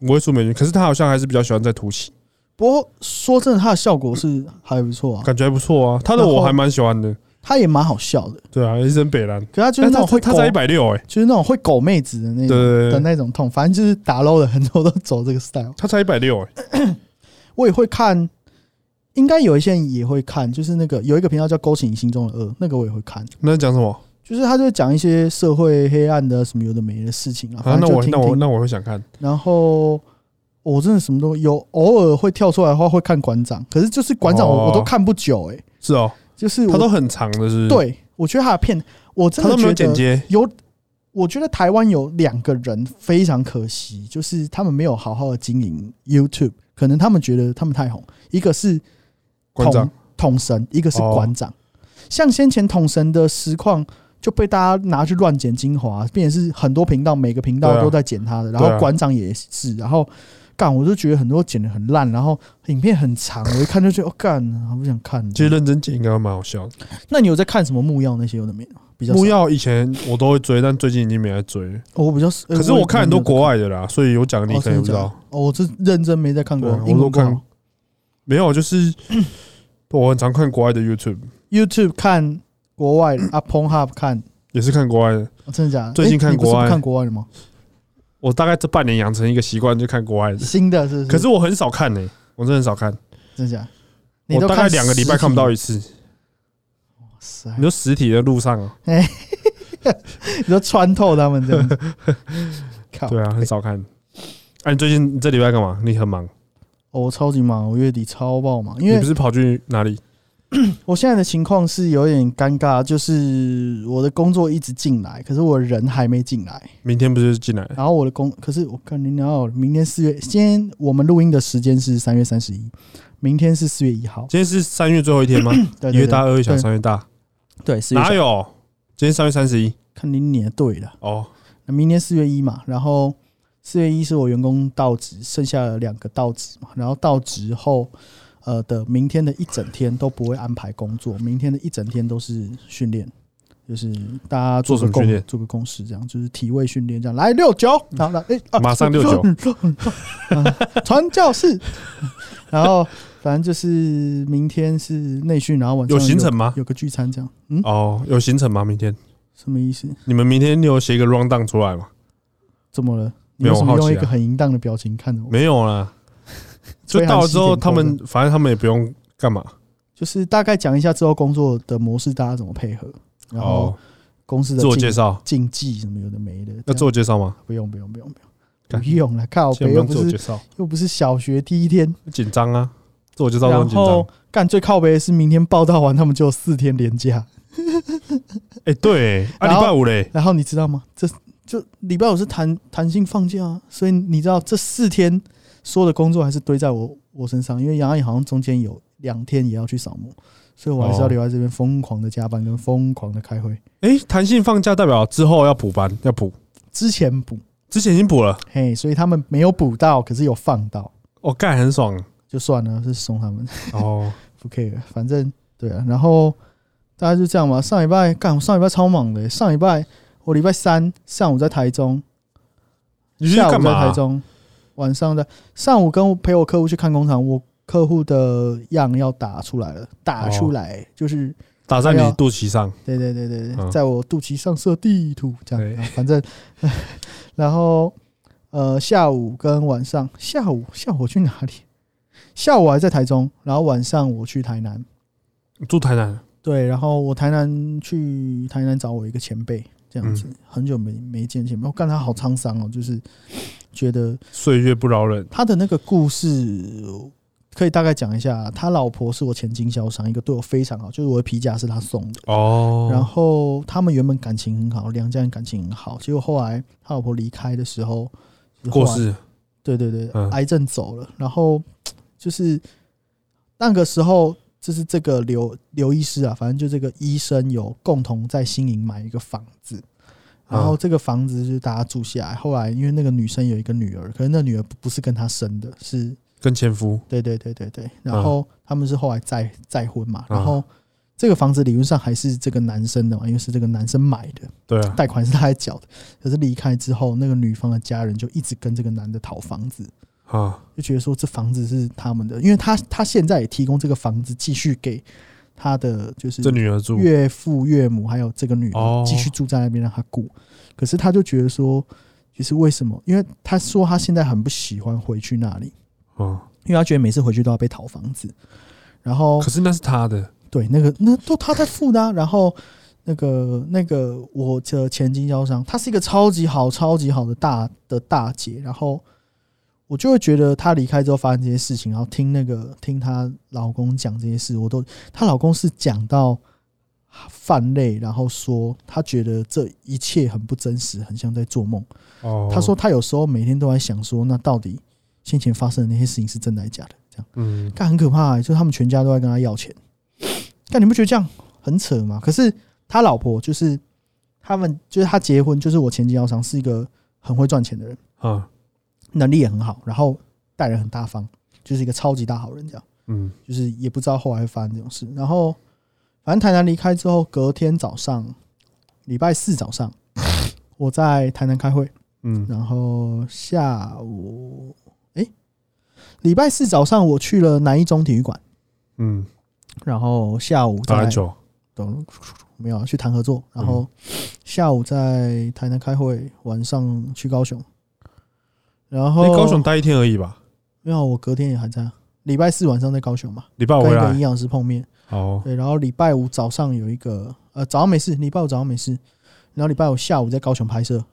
Speaker 1: 五位数美金，可是他好像还是比较喜欢在土岐，
Speaker 2: 不过说真的，他的效果是还不错啊，
Speaker 1: 感觉还不错啊。他的
Speaker 2: 然后
Speaker 1: 我还蛮喜欢的，
Speaker 2: 他也蛮好笑的。
Speaker 1: 对啊，一身北蓝，
Speaker 2: 可他就是那
Speaker 1: 他
Speaker 2: 种会
Speaker 1: 他才一
Speaker 2: 狗，
Speaker 1: 百六哎，
Speaker 2: 就是那种会狗妹子的
Speaker 1: 对
Speaker 2: 那种
Speaker 1: 对
Speaker 2: 的
Speaker 1: 对，
Speaker 2: 那种痛，反正就是打 low 的很多都走这个 style。
Speaker 1: 他才一百六哎，
Speaker 2: 我也会看，应该有一些人也会看，就是那个有一个频道叫《勾起你心中的恶》，那个我也会看，
Speaker 1: 那讲什么
Speaker 2: 就是他就会讲一些社会黑暗的什么有的没的事情啊，
Speaker 1: 啊？
Speaker 2: 反
Speaker 1: 那
Speaker 2: 正就
Speaker 1: 我
Speaker 2: 听
Speaker 1: 那我
Speaker 2: 听。
Speaker 1: 那我会想看，
Speaker 2: 然后我真的什么都有，偶尔会跳出来的话会看馆长，可是就是馆长
Speaker 1: 哦
Speaker 2: 我我都看不久哎、
Speaker 1: 是哦，
Speaker 2: 就是我
Speaker 1: 他都很长的是，，
Speaker 2: 对我觉得他的片我真
Speaker 1: 他
Speaker 2: 的
Speaker 1: 都没有
Speaker 2: 觉
Speaker 1: 剪
Speaker 2: 得
Speaker 1: 接，
Speaker 2: 有。我觉得台湾有两个人非常可惜，就是他们没有好好的经营 YouTube，可能他们觉得他们太红。一个是
Speaker 1: 馆长
Speaker 2: 统统神，一个是
Speaker 1: 哦
Speaker 2: 馆长。像先前统神的实况就被大家拿去乱剪精华，变成是很多频道每个频
Speaker 1: 对
Speaker 2: 道
Speaker 1: 啊
Speaker 2: 都在剪他的，然
Speaker 1: 对
Speaker 2: 后
Speaker 1: 啊
Speaker 2: 馆长也是，然后干我就觉得很多剪的很烂，然后影片很 长，我一看就觉得哦干，好不想看。
Speaker 1: 其实认真剪应该会蛮好笑的。
Speaker 2: 那你有在看什么木曜那些有的没有？比较少
Speaker 1: 木曜以前我都会追，但最近已经没在追了。
Speaker 2: 哦我比较，呃
Speaker 1: 可是我看很多国
Speaker 2: 外，
Speaker 1: 外的啦，所以有讲你
Speaker 2: 哦
Speaker 1: 可能
Speaker 2: 真
Speaker 1: 不知
Speaker 2: 的假的
Speaker 1: 道。
Speaker 2: 哦，我是认真没在看过
Speaker 1: 对啊，
Speaker 2: 英
Speaker 1: 我
Speaker 2: 文
Speaker 1: 都
Speaker 2: 不好
Speaker 1: 看没有，就是 我很常看国外的 YouTube，
Speaker 2: YouTube 看国外的啊，Pornhub 看，
Speaker 1: 也是看国外的。
Speaker 2: 哦真的假的？
Speaker 1: 最近
Speaker 2: 诶
Speaker 1: 看
Speaker 2: 你不是
Speaker 1: 国外
Speaker 2: 不看国外的吗？
Speaker 1: 我大概这半年养成一个习惯，就看国外的。
Speaker 2: 新的是不是？
Speaker 1: 可是我很少看呢、我真的很少看。
Speaker 2: 真的假的？你
Speaker 1: 我
Speaker 2: 都
Speaker 1: 大概两个礼拜看不到
Speaker 2: 一
Speaker 1: 一次。
Speaker 2: 次，
Speaker 1: 你说实体的路上啊，
Speaker 2: 你都穿透他们这 样子。靠！
Speaker 1: 对啊，很少看。哎，你最近你这礼拜干嘛？你很忙，
Speaker 2: 哦我超级忙，我月底超爆忙，因
Speaker 1: 你
Speaker 2: 为
Speaker 1: 不是跑去哪里？
Speaker 2: 我现在的情况是有点尴尬，就是我的工作一直进来，可是我人还没进来，
Speaker 1: 明天不是进来？
Speaker 2: 然后我的工，可是我看你聊，明天四月，今天我们录音的时间是三月三十一，明天是四月一号，
Speaker 1: 今天是三月最后一天吗？
Speaker 2: 对
Speaker 1: 一
Speaker 2: 对
Speaker 1: 月
Speaker 2: 对
Speaker 1: 大，二月小，
Speaker 2: 对
Speaker 1: 三月大，
Speaker 2: 对，四月
Speaker 1: 哪
Speaker 2: 小，
Speaker 1: 有？今天三月三十一
Speaker 2: 看你年对了。
Speaker 1: 哦，
Speaker 2: 那明年四月一嘛，然后四月一是我员工到职，剩下的两个到职嘛，然后到职后，呃的明天的一整天都不会安排工作，明天的一整天都是训练，就是大家做
Speaker 1: 做什么训
Speaker 2: 个共
Speaker 1: 练
Speaker 2: 做个共识，这样就是体位训练，这样来六九，然后来哎、啊
Speaker 1: 马上六九，
Speaker 2: 啊传教士，然后反正就是明天是内训，然后晚上
Speaker 1: 有行程吗？
Speaker 2: 有个聚餐这样，嗯，
Speaker 1: 哦，有行程吗？明天
Speaker 2: 什么意思？
Speaker 1: 你们明天有写一个 round down 出来吗？
Speaker 2: 怎么了？你
Speaker 1: 没有
Speaker 2: 为什么
Speaker 1: 我好
Speaker 2: 用
Speaker 1: 奇
Speaker 2: 一个
Speaker 1: 啊
Speaker 2: 很淫荡的表情看着我？
Speaker 1: 没有啦，就
Speaker 2: 吹寒
Speaker 1: 到了
Speaker 2: 气
Speaker 1: 之后，
Speaker 2: 点
Speaker 1: 他
Speaker 2: 头
Speaker 1: 们反正他们也不用干嘛？
Speaker 2: 就是大概讲一下之后工作的模式，大家怎么配合，然后
Speaker 1: 哦，
Speaker 2: 公司的
Speaker 1: 自我
Speaker 2: 竞
Speaker 1: 介绍
Speaker 2: 竞技什么有的没的，
Speaker 1: 要自我介绍吗？
Speaker 2: 不用不用不用不用
Speaker 1: 干
Speaker 2: 不用了，靠
Speaker 1: 现在不
Speaker 2: 哦北又
Speaker 1: 用
Speaker 2: 不
Speaker 1: 自我介
Speaker 2: 是
Speaker 1: 绍，
Speaker 2: 又不是小学第一天，
Speaker 1: 紧张啊，自我介绍都
Speaker 2: 然
Speaker 1: 很紧张
Speaker 2: 后。干最靠北的是明天报道完，他们就有四天连假，
Speaker 1: 哎，对，啊，
Speaker 2: 然
Speaker 1: 礼
Speaker 2: 后
Speaker 1: 拜五嘞，
Speaker 2: 然后你知道吗？这就礼拜五是弹弹性放假啊，所以你知道这四天所有的工作还是堆在我我身上，因为杨阿姨好像中间有两天也要去扫墓，所以我还是要
Speaker 1: 哦
Speaker 2: 留在这边疯狂的加班跟疯狂的开会。
Speaker 1: 哎，弹性放假代表之后要补班，要补，
Speaker 2: 之前补，
Speaker 1: 之前已经补了，
Speaker 2: 嘿，所以他们没有补到，可是有放到，
Speaker 1: 哦，干很爽
Speaker 2: 就算了，是送他们，
Speaker 1: 哦。
Speaker 2: 不 care，反正对啊。然后大家就这样吧。上礼拜干，我上礼拜超忙的、上礼拜我礼拜三上午在台中，
Speaker 1: 你去
Speaker 2: 下午
Speaker 1: 干
Speaker 2: 在台
Speaker 1: 嘛？啊
Speaker 2: 中，晚上的上午跟我陪我客户去看工厂，我客户的样要打出来了，
Speaker 1: 哦
Speaker 2: 打出来、就是
Speaker 1: 打
Speaker 2: 哎
Speaker 1: 在你肚脐上，
Speaker 2: 对对对对对，
Speaker 1: 嗯
Speaker 2: 在我肚脐上设地图这样，
Speaker 1: 对
Speaker 2: 然后反正 然后呃下午跟晚上，下午下午我去哪里？下午我还在台中，然后晚上我去台南。
Speaker 1: 住台南，
Speaker 2: 对，然后我台南去台南找我一个前辈，这样子、
Speaker 1: 嗯
Speaker 2: 很久没没见前辈，我干他好沧桑哦，就是觉得
Speaker 1: 岁月不饶人。
Speaker 2: 他的那个故事可以大概讲一下。他老婆是我前经销商，一个对我非常好，就是我的皮夹是他送的。
Speaker 1: 哦，
Speaker 2: 然后他们原本感情很好，两家人感情很好。结果后来他老婆离开的时候，就是后
Speaker 1: 过
Speaker 2: 来，
Speaker 1: 世，
Speaker 2: 对对对，
Speaker 1: 嗯
Speaker 2: 癌症走了。然后就是那个时候，就是这个刘刘医师啊，反正就这个医生有共同在新营买一个房子，然后
Speaker 1: 嗯
Speaker 2: 这个房子就是大家住下来。后来因为那个女生有一个女儿，可是那女儿不不是跟他生的，是
Speaker 1: 跟前夫
Speaker 2: 对对对对对。然后他们是后来再再婚嘛，
Speaker 1: 嗯
Speaker 2: 然后这个房子理论上还是这个男生的嘛，因为是这个男生买的，
Speaker 1: 对啊，
Speaker 2: 贷款是他在缴的。可是离开之后，那个女方的家人就一直跟这个男的讨房子，
Speaker 1: 啊，
Speaker 2: 就觉得说这房子是他们的，因为他他现在也提供这个房子继续给他的就是
Speaker 1: 这女儿住
Speaker 2: 岳父岳母还有这个女
Speaker 1: 哦
Speaker 2: 儿继续住在那边让他顾，可是他就觉得说，其实为什么？因为他说他现在很不喜欢回去那里，
Speaker 1: 哦，
Speaker 2: 因为他觉得每次回去都要被讨房子，然后
Speaker 1: 可是那是他的，
Speaker 2: 对，那个那都他在付的、啊。然后那个那个我的前经销商，她是一个超级好、超级好的大的大姐。然后我就会觉得她离开之后发生这些事情，然后听那个听她老公讲这些事，我都她老公是讲到泛泪，然后说他觉得这一切很不真实，很像在做梦。
Speaker 1: 哦，
Speaker 2: 他说，他有时候每天都在想说，那到底先前发生的那些事情是真的还是假的？这样。
Speaker 1: 嗯，
Speaker 2: 干很可怕、欸，就是他们全家都在跟他要钱。干你不觉得这样很扯吗？可是他老婆就是他们，就是他结婚，就是我前经销商是一个很会赚钱的人，
Speaker 1: 啊，
Speaker 2: 能力也很好，然后待人很大方，就是一个超级大好人这样。
Speaker 1: 嗯，
Speaker 2: 就是也不知道后来会发生这种事。然后反正台南离开之后，隔天早上，礼拜四早上我在台南开会，
Speaker 1: 嗯，
Speaker 2: 然后下午诶，礼拜四早上我去了南一中体育馆。
Speaker 1: 嗯，
Speaker 2: 然后下午
Speaker 1: 打篮
Speaker 2: 在
Speaker 1: 球，嗯
Speaker 2: 懂没有啊去谈合作，然后下午在台南开会，晚上去高雄，然后
Speaker 1: 你高雄待一天而已吧，
Speaker 2: 没有，我隔天也还在啊，礼拜四晚上在高雄嘛，
Speaker 1: 礼拜五
Speaker 2: 跟
Speaker 1: 回
Speaker 2: 一个
Speaker 1: 啊来
Speaker 2: 营，养师碰面，
Speaker 1: 哦，
Speaker 2: 对，然后礼拜五早上有一个呃早上没事，礼拜五早上没事，然后礼拜五下午在高雄拍摄，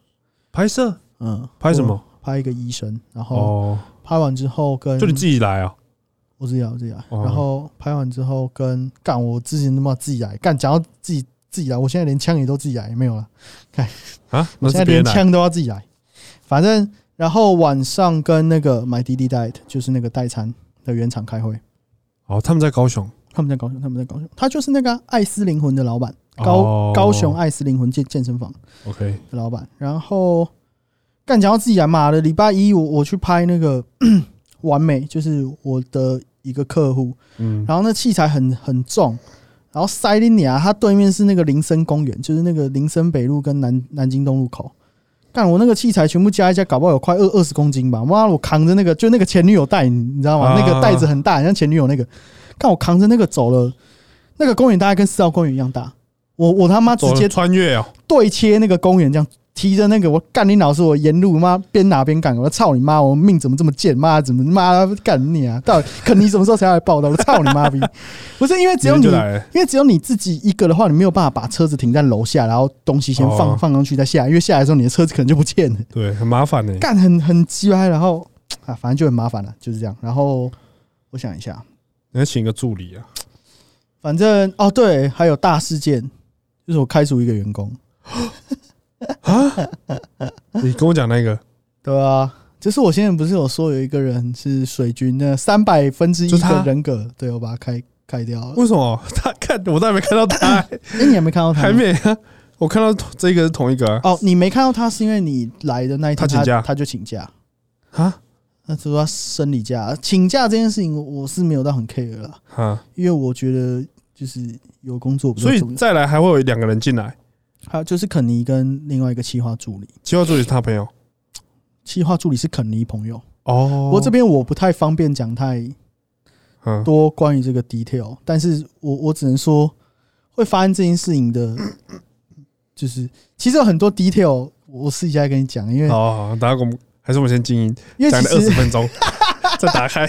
Speaker 1: 拍摄
Speaker 2: 嗯，
Speaker 1: 拍什
Speaker 2: 我
Speaker 1: 么？
Speaker 2: 拍一个医生，然后
Speaker 1: 哦，
Speaker 2: 拍完之后跟
Speaker 1: 就你自己来啊，
Speaker 2: 我自己来，我自己来。
Speaker 1: 哦
Speaker 2: 然后拍完之后跟干，我之前他妈自己来干，讲到自己自己来，我现在连枪也都自己来，没有了，
Speaker 1: 啊，
Speaker 2: 我
Speaker 1: 那
Speaker 2: 现
Speaker 1: 是
Speaker 2: 在
Speaker 1: 别
Speaker 2: 连
Speaker 1: 人来，
Speaker 2: 枪都要自己来。反正然后晚上跟那个买滴滴 diet 就是那个代餐的原厂开会，
Speaker 1: 哦，他们在高雄，
Speaker 2: 他们在高雄，他们在高雄，他就是那个啊爱思灵魂的老板，高、
Speaker 1: 哦
Speaker 2: 高雄爱思灵魂健健身房
Speaker 1: ，OK，
Speaker 2: 的老板。然后干讲到自己来，妈的，礼拜一我我去拍那个 完美，就是我的一个客户，
Speaker 1: 嗯，
Speaker 2: 然后那器材很很重，然后塞林尼啊，它对面是那个林森公园，就是那个林森北路跟南南京东路口。干我那个器材全部加一加，搞不好有快二二十公斤吧！妈，我扛着那个，就那个前女友带，你你知道吗？
Speaker 1: 啊
Speaker 2: 那个袋子很大，很像前女友那个。干我扛着那个走了，那个公园大概跟四号公园一样大。我我他妈直
Speaker 1: 走
Speaker 2: 接
Speaker 1: 了穿越哦，
Speaker 2: 对切那个公园这样提着那个，我干你老师，我沿路妈边哪边干，我操你妈，我命怎么这么贱，妈怎么妈干你啊？到底肯尼什么时候才要来报道？我操你妈逼！不是因为只有
Speaker 1: 明天
Speaker 2: 你
Speaker 1: 就，来了，
Speaker 2: 因为只有你自己一个的话，你没有办法把车子停在楼下，然后东西先放、
Speaker 1: 哦
Speaker 2: 放上去再下来，因为下来的时候你的车子可能就不见了，
Speaker 1: 对，很麻烦呢、欸
Speaker 2: 干很很鸡歪，然后啊，反正就很麻烦了，就是这样。然后我想一下，
Speaker 1: 你要请一个助理啊，
Speaker 2: 反正哦对，还有大事件，就是我开除一个员工，
Speaker 1: 你跟我讲那个，
Speaker 2: 对啊。就是我现在不是有说有一个人是水军的三百分之一
Speaker 1: 就是他
Speaker 2: 的人格，对我把他开开掉了。
Speaker 1: 为什么他看我都还没看 到他、
Speaker 2: 哎、你还没看到他吗？
Speaker 1: 还没啊？我看到这个是同一个啊
Speaker 2: 哦，你没看到他是因为你来的那一天
Speaker 1: 他请假
Speaker 2: 他就请假。哦
Speaker 1: 啊
Speaker 2: 那说他生理假、啊请假这件事情，我我是没有到很 care 啦，
Speaker 1: 啊！
Speaker 2: 因为我觉得就是有工作比较
Speaker 1: 所以
Speaker 2: 重要。
Speaker 1: 再来还会有两个人进来，
Speaker 2: 还有就是肯尼跟另外一个企划助理，
Speaker 1: 计划助理是他朋友
Speaker 2: 企划助理是肯尼朋友。
Speaker 1: 哦
Speaker 2: 不过这边我不太方便讲太
Speaker 1: 嗯
Speaker 2: 多关于这个 detail，但是我我只能说，会发生这件事情的，就是其实有很多 detail，我私底下跟你讲，因为
Speaker 1: 好好，好大哦家我们还是我们先静音，
Speaker 2: 因为
Speaker 1: 讲
Speaker 2: 哎其
Speaker 1: 了二
Speaker 2: 实
Speaker 1: 十分 钟，再打开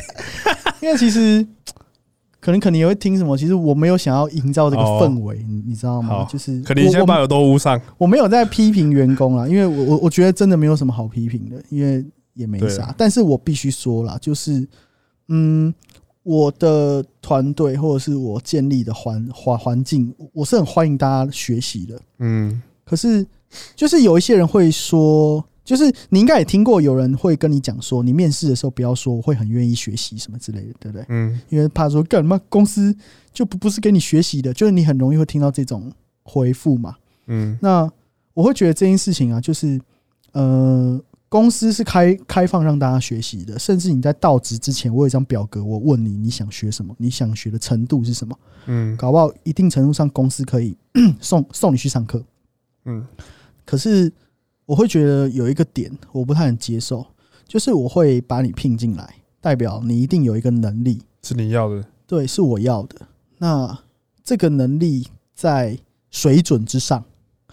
Speaker 2: 因为其实可能肯定也会听什么，其实我没有想要营造这个
Speaker 1: 哦
Speaker 2: 氛围，你你知道
Speaker 1: 好
Speaker 2: 吗？就是
Speaker 1: 可能
Speaker 2: 我
Speaker 1: 先把耳朵捂上。
Speaker 2: 我我没有在批评员工啦，因为我我我觉得真的没有什么好批评的，因为也没
Speaker 1: 对
Speaker 2: 啥
Speaker 1: 啊。
Speaker 2: 但是我必须说啦，就是嗯，我的团队或者是我建立的环环环境，我是很欢迎大家学习的。
Speaker 1: 嗯，
Speaker 2: 可是就是有一些人会说，就是你应该也听过有人会跟你讲说，你面试的时候不要说我会很愿意学习什么之类的，对不对？
Speaker 1: 嗯，
Speaker 2: 因为怕说干嘛公司就不不是给你学习的，就是你很容易会听到这种回复嘛。
Speaker 1: 嗯，
Speaker 2: 那我会觉得这件事情啊，就是呃，公司是开开放让大家学习的，甚至你在到职之前，我有一张表格，我问你你想学什么，你想学的程度是什么，
Speaker 1: 嗯，
Speaker 2: 搞不好一定程度上公司可以 送送你去上课。
Speaker 1: 嗯，
Speaker 2: 可是我会觉得有一个点我不太能接受，就是我会把你聘进来，代表你一定有一个能力，
Speaker 1: 是你要的，
Speaker 2: 对，是我要的。那这个能力在水准之上，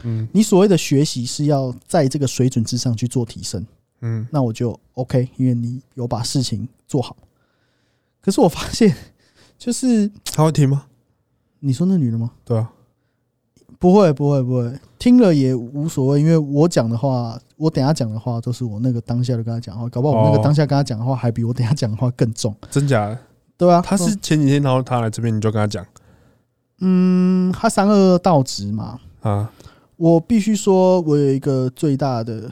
Speaker 1: 嗯
Speaker 2: 你所谓的学习是要在这个水准之上去做提升，
Speaker 1: 嗯，
Speaker 2: 那我就 OK，因为你有把事情做好。可是我发现， 就是
Speaker 1: 他会听吗？
Speaker 2: 你说那女的吗？
Speaker 1: 对啊，
Speaker 2: 不会，不会，不会，听了也无所谓，因为我讲的话，我等一下讲的话都是我那个当下就跟他讲的话，搞不好我那
Speaker 1: 哦
Speaker 2: 个当下跟他讲的话还比我等一下讲的话更重，
Speaker 1: 真假的？
Speaker 2: 对啊，
Speaker 1: 他是前几天，然后他来这边，你就跟他讲
Speaker 2: 嗯，他三二到职嘛，
Speaker 1: 啊，
Speaker 2: 我必须说，我有一个最大的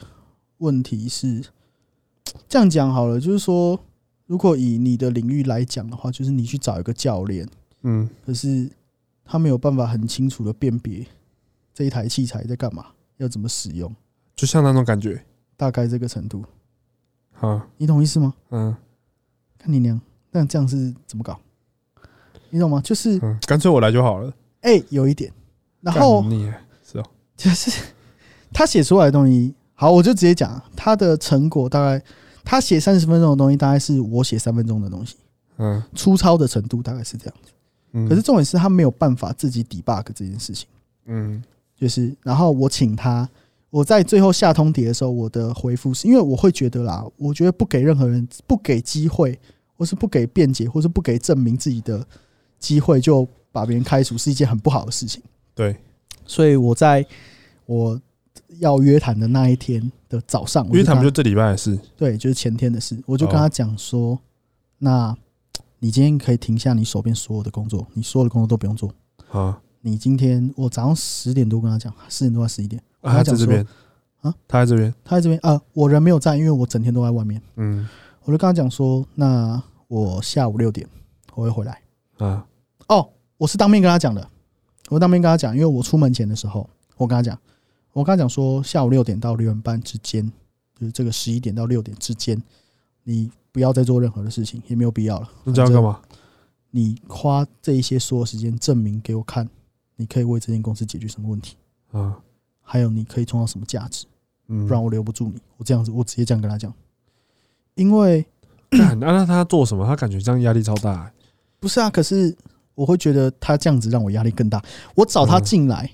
Speaker 2: 问题是，这样讲好了，就是说，如果以你的领域来讲的话，就是你去找一个教练，
Speaker 1: 嗯，
Speaker 2: 可是他没有办法很清楚的辨别这一台器材在干嘛，要怎么使用，
Speaker 1: 就像那种感觉
Speaker 2: 大概这个程度，
Speaker 1: 啊，
Speaker 2: 你懂意思吗？
Speaker 1: 嗯
Speaker 2: 看你娘，那这样是怎么搞？你懂吗？就是
Speaker 1: 嗯，干脆我来就好了。
Speaker 2: 哎、有一点，然后
Speaker 1: 干你
Speaker 2: 就是他写出来的东西，好，我就直接讲，他的成果大概他写三十分钟的东西，大概是我写三分钟的东西，
Speaker 1: 嗯
Speaker 2: 粗糙的程度大概是这样。
Speaker 1: 嗯，
Speaker 2: 可是重点是他没有办法自己 debug 这件事情，
Speaker 1: 嗯
Speaker 2: 就是然后我请他，我在最后下通牒的时候，我的回复是因为我会觉得啦，我觉得不给任何人不给机会，或是不给辩解，或是不给证明自己的机会，就把别人开除是一件很不好的事情。
Speaker 1: 对，
Speaker 2: 所以我在我要约谈的那一天的早上，
Speaker 1: 因为他们
Speaker 2: 我
Speaker 1: 就
Speaker 2: 跟
Speaker 1: 这礼拜的事，
Speaker 2: 他对，就是前天的事，我就跟他讲说，那你今天可以停下你手边所有的工作，你所有的工作都不用做。
Speaker 1: 啊
Speaker 2: 你今天我早上十点多跟他讲，十点多还是十一点，我跟
Speaker 1: 啊，他在
Speaker 2: 讲
Speaker 1: 这
Speaker 2: 说，
Speaker 1: 边
Speaker 2: 啊，
Speaker 1: 他在这边，
Speaker 2: 他在这边，呃，我人没有在，因为我整天都在外面。
Speaker 1: 嗯
Speaker 2: 我就跟他讲说，那我下午六点我会回来。
Speaker 1: 啊，
Speaker 2: 哦，我是当面跟他讲的，我当面跟他讲，因为我出门前的时候，我跟他讲，我跟他讲说下午六点到六点半之间，就是这个十一点到六点之间，你不要再做任何的事情，也没有必要了。
Speaker 1: 那这要干？嘛？
Speaker 2: 你花这一些所有时间证明给我看，你可以为这间公司解决什么问题，
Speaker 1: 啊，
Speaker 2: 还有你可以创造什么价值，
Speaker 1: 嗯，
Speaker 2: 不然我留不住你。我这样子，我直接这样跟他讲，因为
Speaker 1: 干啊那他做什么？他感觉这样压力超大欸。
Speaker 2: 不是啊，可是我会觉得他这样子让我压力更大。我找他
Speaker 1: 嗯
Speaker 2: 进来，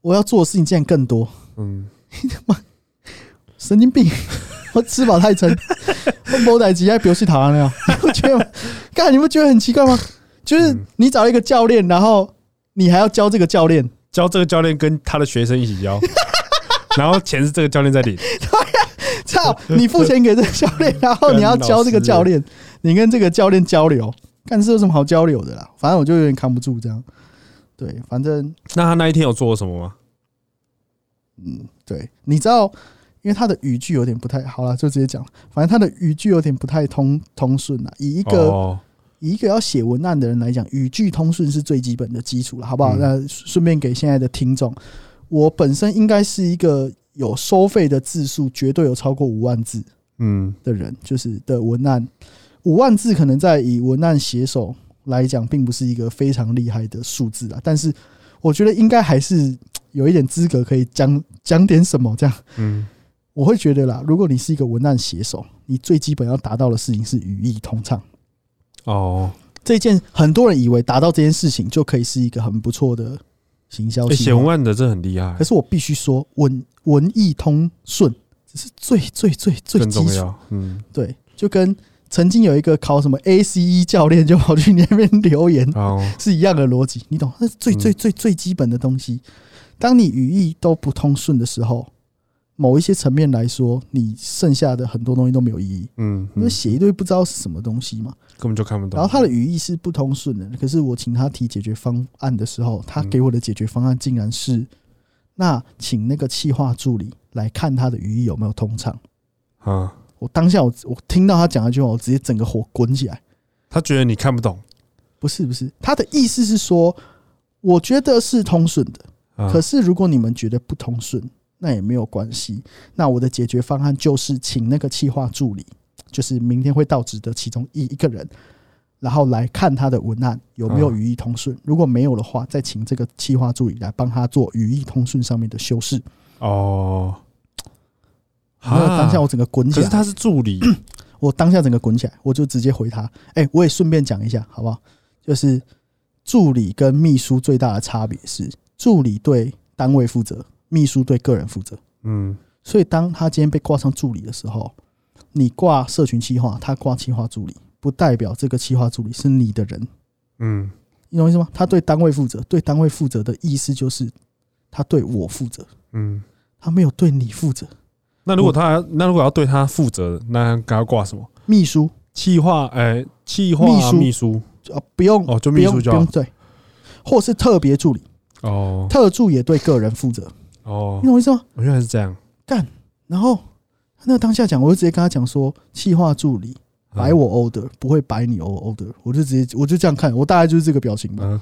Speaker 2: 我要做的事情竟然更多。
Speaker 1: 嗯，
Speaker 2: 神经病！ 我吃饱太撑，我某代吉还游戏堂了，你不觉得吗？ 干，你不觉得很奇怪吗？就是你找一个教练，然后你还要教这个教练，
Speaker 1: 教这个教练跟他的学生一起 教，然后钱是这个教练在领，
Speaker 2: 操！你付钱给这个教练，然后你要教这个教练，你跟这个教练交流，干是有什么好交流的啦？反正我就有点扛不住这样。对，反正
Speaker 1: 那他那一天有做什么吗？
Speaker 2: 嗯对，你知道，因为他的语句有点不太好了，就直接讲，反正他的语句有点不太通通顺啦。以一个、
Speaker 1: 哦
Speaker 2: 以一个要写文案的人来讲，语句通顺是最基本的基础了，好不好？
Speaker 1: 嗯
Speaker 2: 那顺便给现在的听众，我本身应该是一个有收费的字数绝对有超过五万字
Speaker 1: 嗯，
Speaker 2: 的人，就是的文案五万字，可能在以文案写手来讲，并不是一个非常厉害的数字啊，但是我觉得应该还是有一点资格可以讲讲点什么这样。
Speaker 1: 嗯，
Speaker 2: 我会觉得啦，如果你是一个文案写手，你最基本要达到的事情是语义通畅。
Speaker 1: 哦，
Speaker 2: 这件很多人以为达到这件事情就可以是一个很不错的行销
Speaker 1: 欸
Speaker 2: 系
Speaker 1: 写文
Speaker 2: 统，
Speaker 1: 案的真的很厉害
Speaker 2: 可，是我必须说，文文艺通顺这是最最最最
Speaker 1: 更
Speaker 2: 基
Speaker 1: 重
Speaker 2: 础。
Speaker 1: 要。嗯，
Speaker 2: 对，就跟曾经有一个考什么 ACE 教练就跑去你那边留言
Speaker 1: 好，
Speaker 2: 是一样的逻辑，你懂？那是最
Speaker 1: 嗯
Speaker 2: 最最最基本的东西。当你语义都不通顺的时候，某一些层面来说，你剩下的很多东西都没有意义。
Speaker 1: 嗯，
Speaker 2: 因为
Speaker 1: 嗯
Speaker 2: 写一堆不知道是什么东西嘛，
Speaker 1: 根本就看不懂。
Speaker 2: 然后他的语义是不通顺的，可是我请他提解决方案的时候，他给我的解决方案竟然是，那请那个企划助理来看他的语义有没有通畅。
Speaker 1: 啊，
Speaker 2: 我当下我我听到他讲那句话，我直接整个火滚起来。
Speaker 1: 他觉得你看不懂，
Speaker 2: 不是不是，他的意思是说，我觉得是通顺的，
Speaker 1: 啊
Speaker 2: 可是如果你们觉得不通顺，那也没有关系。那我的解决方案就是请那个企划助理，就是明天会到职的其中一一个人，然后来看他的文案有没有
Speaker 1: 嗯
Speaker 2: 语义通顺。如果没有的话，再请这个企划助理来帮他做语义通顺上面的修饰。
Speaker 1: 哦，
Speaker 2: 然后当下我整个滚起
Speaker 1: 啊可是
Speaker 2: 来，
Speaker 1: 他是助理，
Speaker 2: 我当下整个滚起来，我就直接回他。哎、我也顺便讲一下，好不好？就是助理跟秘书最大的差别是，助理对单位负责，秘书对个人负责。
Speaker 1: 嗯，
Speaker 2: 所以当他今天被挂上助理的时候，你挂社群企划，他挂企划助理，不代表这个企划助理是你的人，
Speaker 1: 嗯，
Speaker 2: 你懂我意思吗？他对单位负责，对单位负责的意思就是他对我负责，
Speaker 1: 嗯。
Speaker 2: 他没有对你负责。
Speaker 1: 那如果他那如果要对他负责，那他要挂什么？
Speaker 2: 秘书
Speaker 1: 企划，哎，企划
Speaker 2: 秘书
Speaker 1: 秘书，
Speaker 2: 啊，不用
Speaker 1: 哦就
Speaker 2: 不
Speaker 1: 秘
Speaker 2: 用
Speaker 1: 书
Speaker 2: 不
Speaker 1: 就好
Speaker 2: 用对，或是特别助理，
Speaker 1: 哦
Speaker 2: 特助也对个人负责，
Speaker 1: 哦
Speaker 2: 你，懂我意思吗？
Speaker 1: 原来是这样，
Speaker 2: 然后他那个当下讲，我就直接跟他讲说，企划助理
Speaker 1: 嗯
Speaker 2: 摆，我 order，不会摆你 order，我就直接我就这样看，我大概就是这个表情吧。
Speaker 1: 嗯，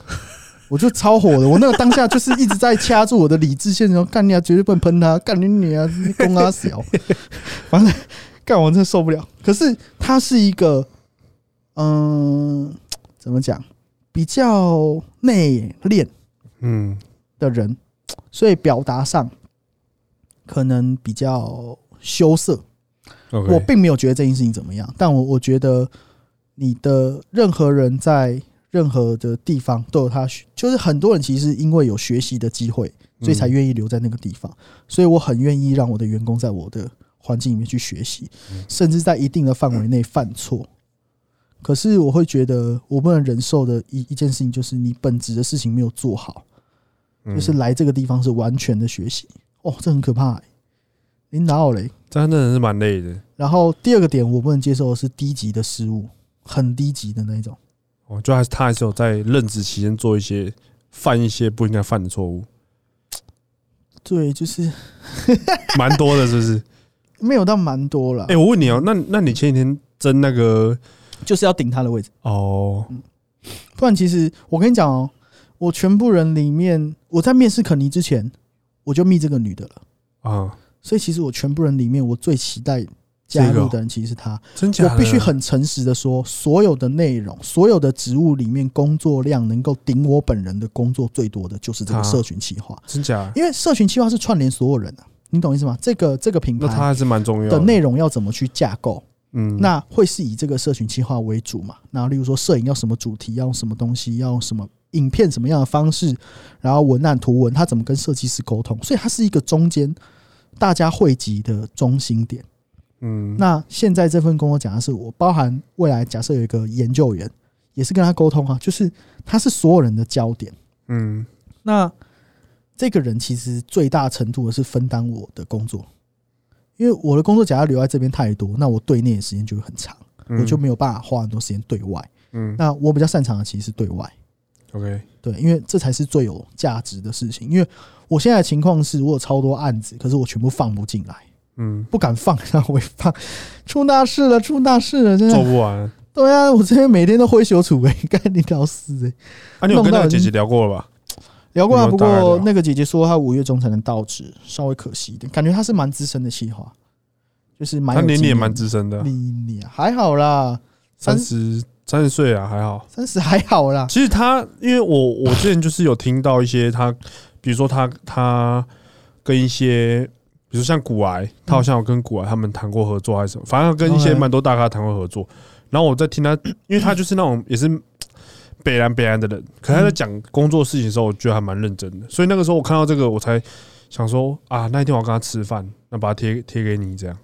Speaker 2: 我就超火的，我那个当下就是一直在掐住我的理智线，然后干你啊，绝对不能喷他，干你你啊，你公啊小，完了，干我真的受不了。可是他是一个，嗯、怎么讲，比较内敛
Speaker 1: 嗯，
Speaker 2: 的人，所以表达上可能比较羞涩。我
Speaker 1: OK，
Speaker 2: 并没有觉得这件事情怎么样，但我我觉得你的任何人在任何的地方都有他学，就是很多人其实因为有学习的机会，
Speaker 1: 嗯
Speaker 2: 所以才愿意留在那个地方。所以我很愿意让我的员工在我的环境里面去学习，
Speaker 1: 嗯
Speaker 2: 甚至在一定的范围内犯错。可是我会觉得，我不能忍受的一一件事情就是你本职的事情没有做好，
Speaker 1: 嗯
Speaker 2: 就是来这个地方是完全的学习。哦，这很可怕、欸，你哪有嘞？
Speaker 1: 这样真的是蛮累的，
Speaker 2: 然后第二个点我不能接受的是低级的失误，很低级的那一种。
Speaker 1: 哦，就还是他还是有在任职期间做一些犯一些不应该犯的错 误，
Speaker 2: 对，就是
Speaker 1: 蛮多的，是不是？
Speaker 2: 没有到蛮多了，
Speaker 1: 哎，我问你哦，那那你前几天争那个
Speaker 2: 就是要顶他的位置。
Speaker 1: 哦，
Speaker 2: 不然其实我跟你讲哦，我全部人里面，我在面试肯尼之前，我就密这个女的了。
Speaker 1: 啊，
Speaker 2: 所以其实我全部人里面，我最期待加入的人其实是她。
Speaker 1: 真假的？
Speaker 2: 我必须很诚实的说，所有的内容、所有的职务里面，工作量能够顶我本人的工作最多的就是这个
Speaker 1: 啊
Speaker 2: 社群企划，
Speaker 1: 真假，
Speaker 2: 因为社群企划是串联所有人啊，你懂意思吗？这个这个品
Speaker 1: 那他
Speaker 2: 牌。
Speaker 1: 还是蛮重要
Speaker 2: 的内，容要怎么去架构？
Speaker 1: 嗯，
Speaker 2: 那会是以这个社群企划为主嘛？那例如说摄影要什么主题，要用什么东西，要用什么影片什么样的方式，然后文案图文它怎么跟设计师沟通？所以它是一个中间大家汇集的中心点。
Speaker 1: 嗯，
Speaker 2: 那现在这份工作讲的是我，包含未来假设有一个研究员，也是跟他沟通啊，就是他是所有人的焦点。
Speaker 1: 嗯
Speaker 2: 那这个人其实最大程度的是分担我的工作，因为我的工作假如留在这边太多，那我对内的时间就会很长，
Speaker 1: 嗯
Speaker 2: 我就没有办法花很多时间对外。
Speaker 1: 嗯
Speaker 2: 那我比较擅长的其实是对外，
Speaker 1: OK，
Speaker 2: 对，因为这才是最有价值的事情。因为我现在的情况是我有超多案子，可是我全部放不进来，
Speaker 1: 嗯，
Speaker 2: 不敢放，然后我一放，出大事了，出大事了，真
Speaker 1: 做
Speaker 2: 的。
Speaker 1: 不完。
Speaker 2: 对啊，我这边每天都灰朽楚哎、干你屌丝哎！
Speaker 1: 啊，你有跟那
Speaker 2: 弄到
Speaker 1: 个姐
Speaker 2: 已
Speaker 1: 姐
Speaker 2: 经
Speaker 1: 聊过了吧？
Speaker 2: 聊过啊，
Speaker 1: 有
Speaker 2: 不
Speaker 1: 没有大概
Speaker 2: 过
Speaker 1: 聊
Speaker 2: 那个姐姐说她五月中才能到职，稍微可惜一点。感觉她是蛮资深的企划，就是蛮
Speaker 1: 她
Speaker 2: 有
Speaker 1: 年
Speaker 2: 经
Speaker 1: 龄也
Speaker 2: 验
Speaker 1: 蛮 资深的，
Speaker 2: 历练还好啦，
Speaker 1: 三
Speaker 2: 三
Speaker 1: 十三十岁啊，还好。
Speaker 2: 三十还好啦。
Speaker 1: 其实她，因为我我之前就是有听到一些她，比如说她她跟一些，比如像古
Speaker 2: 嗯
Speaker 1: 癌，她好像有跟古癌他们谈过合作还是什么，反正她跟一些
Speaker 2: OK
Speaker 1: 蛮多大咖谈过合作。然后我在听她，因为她就是那种也是北然北然的人，可她在讲工作事情的时候，我觉得还蛮认真的。所以那个时候我看到这个，我才想说啊，那一天我要跟她吃饭，那把它贴贴给你这样。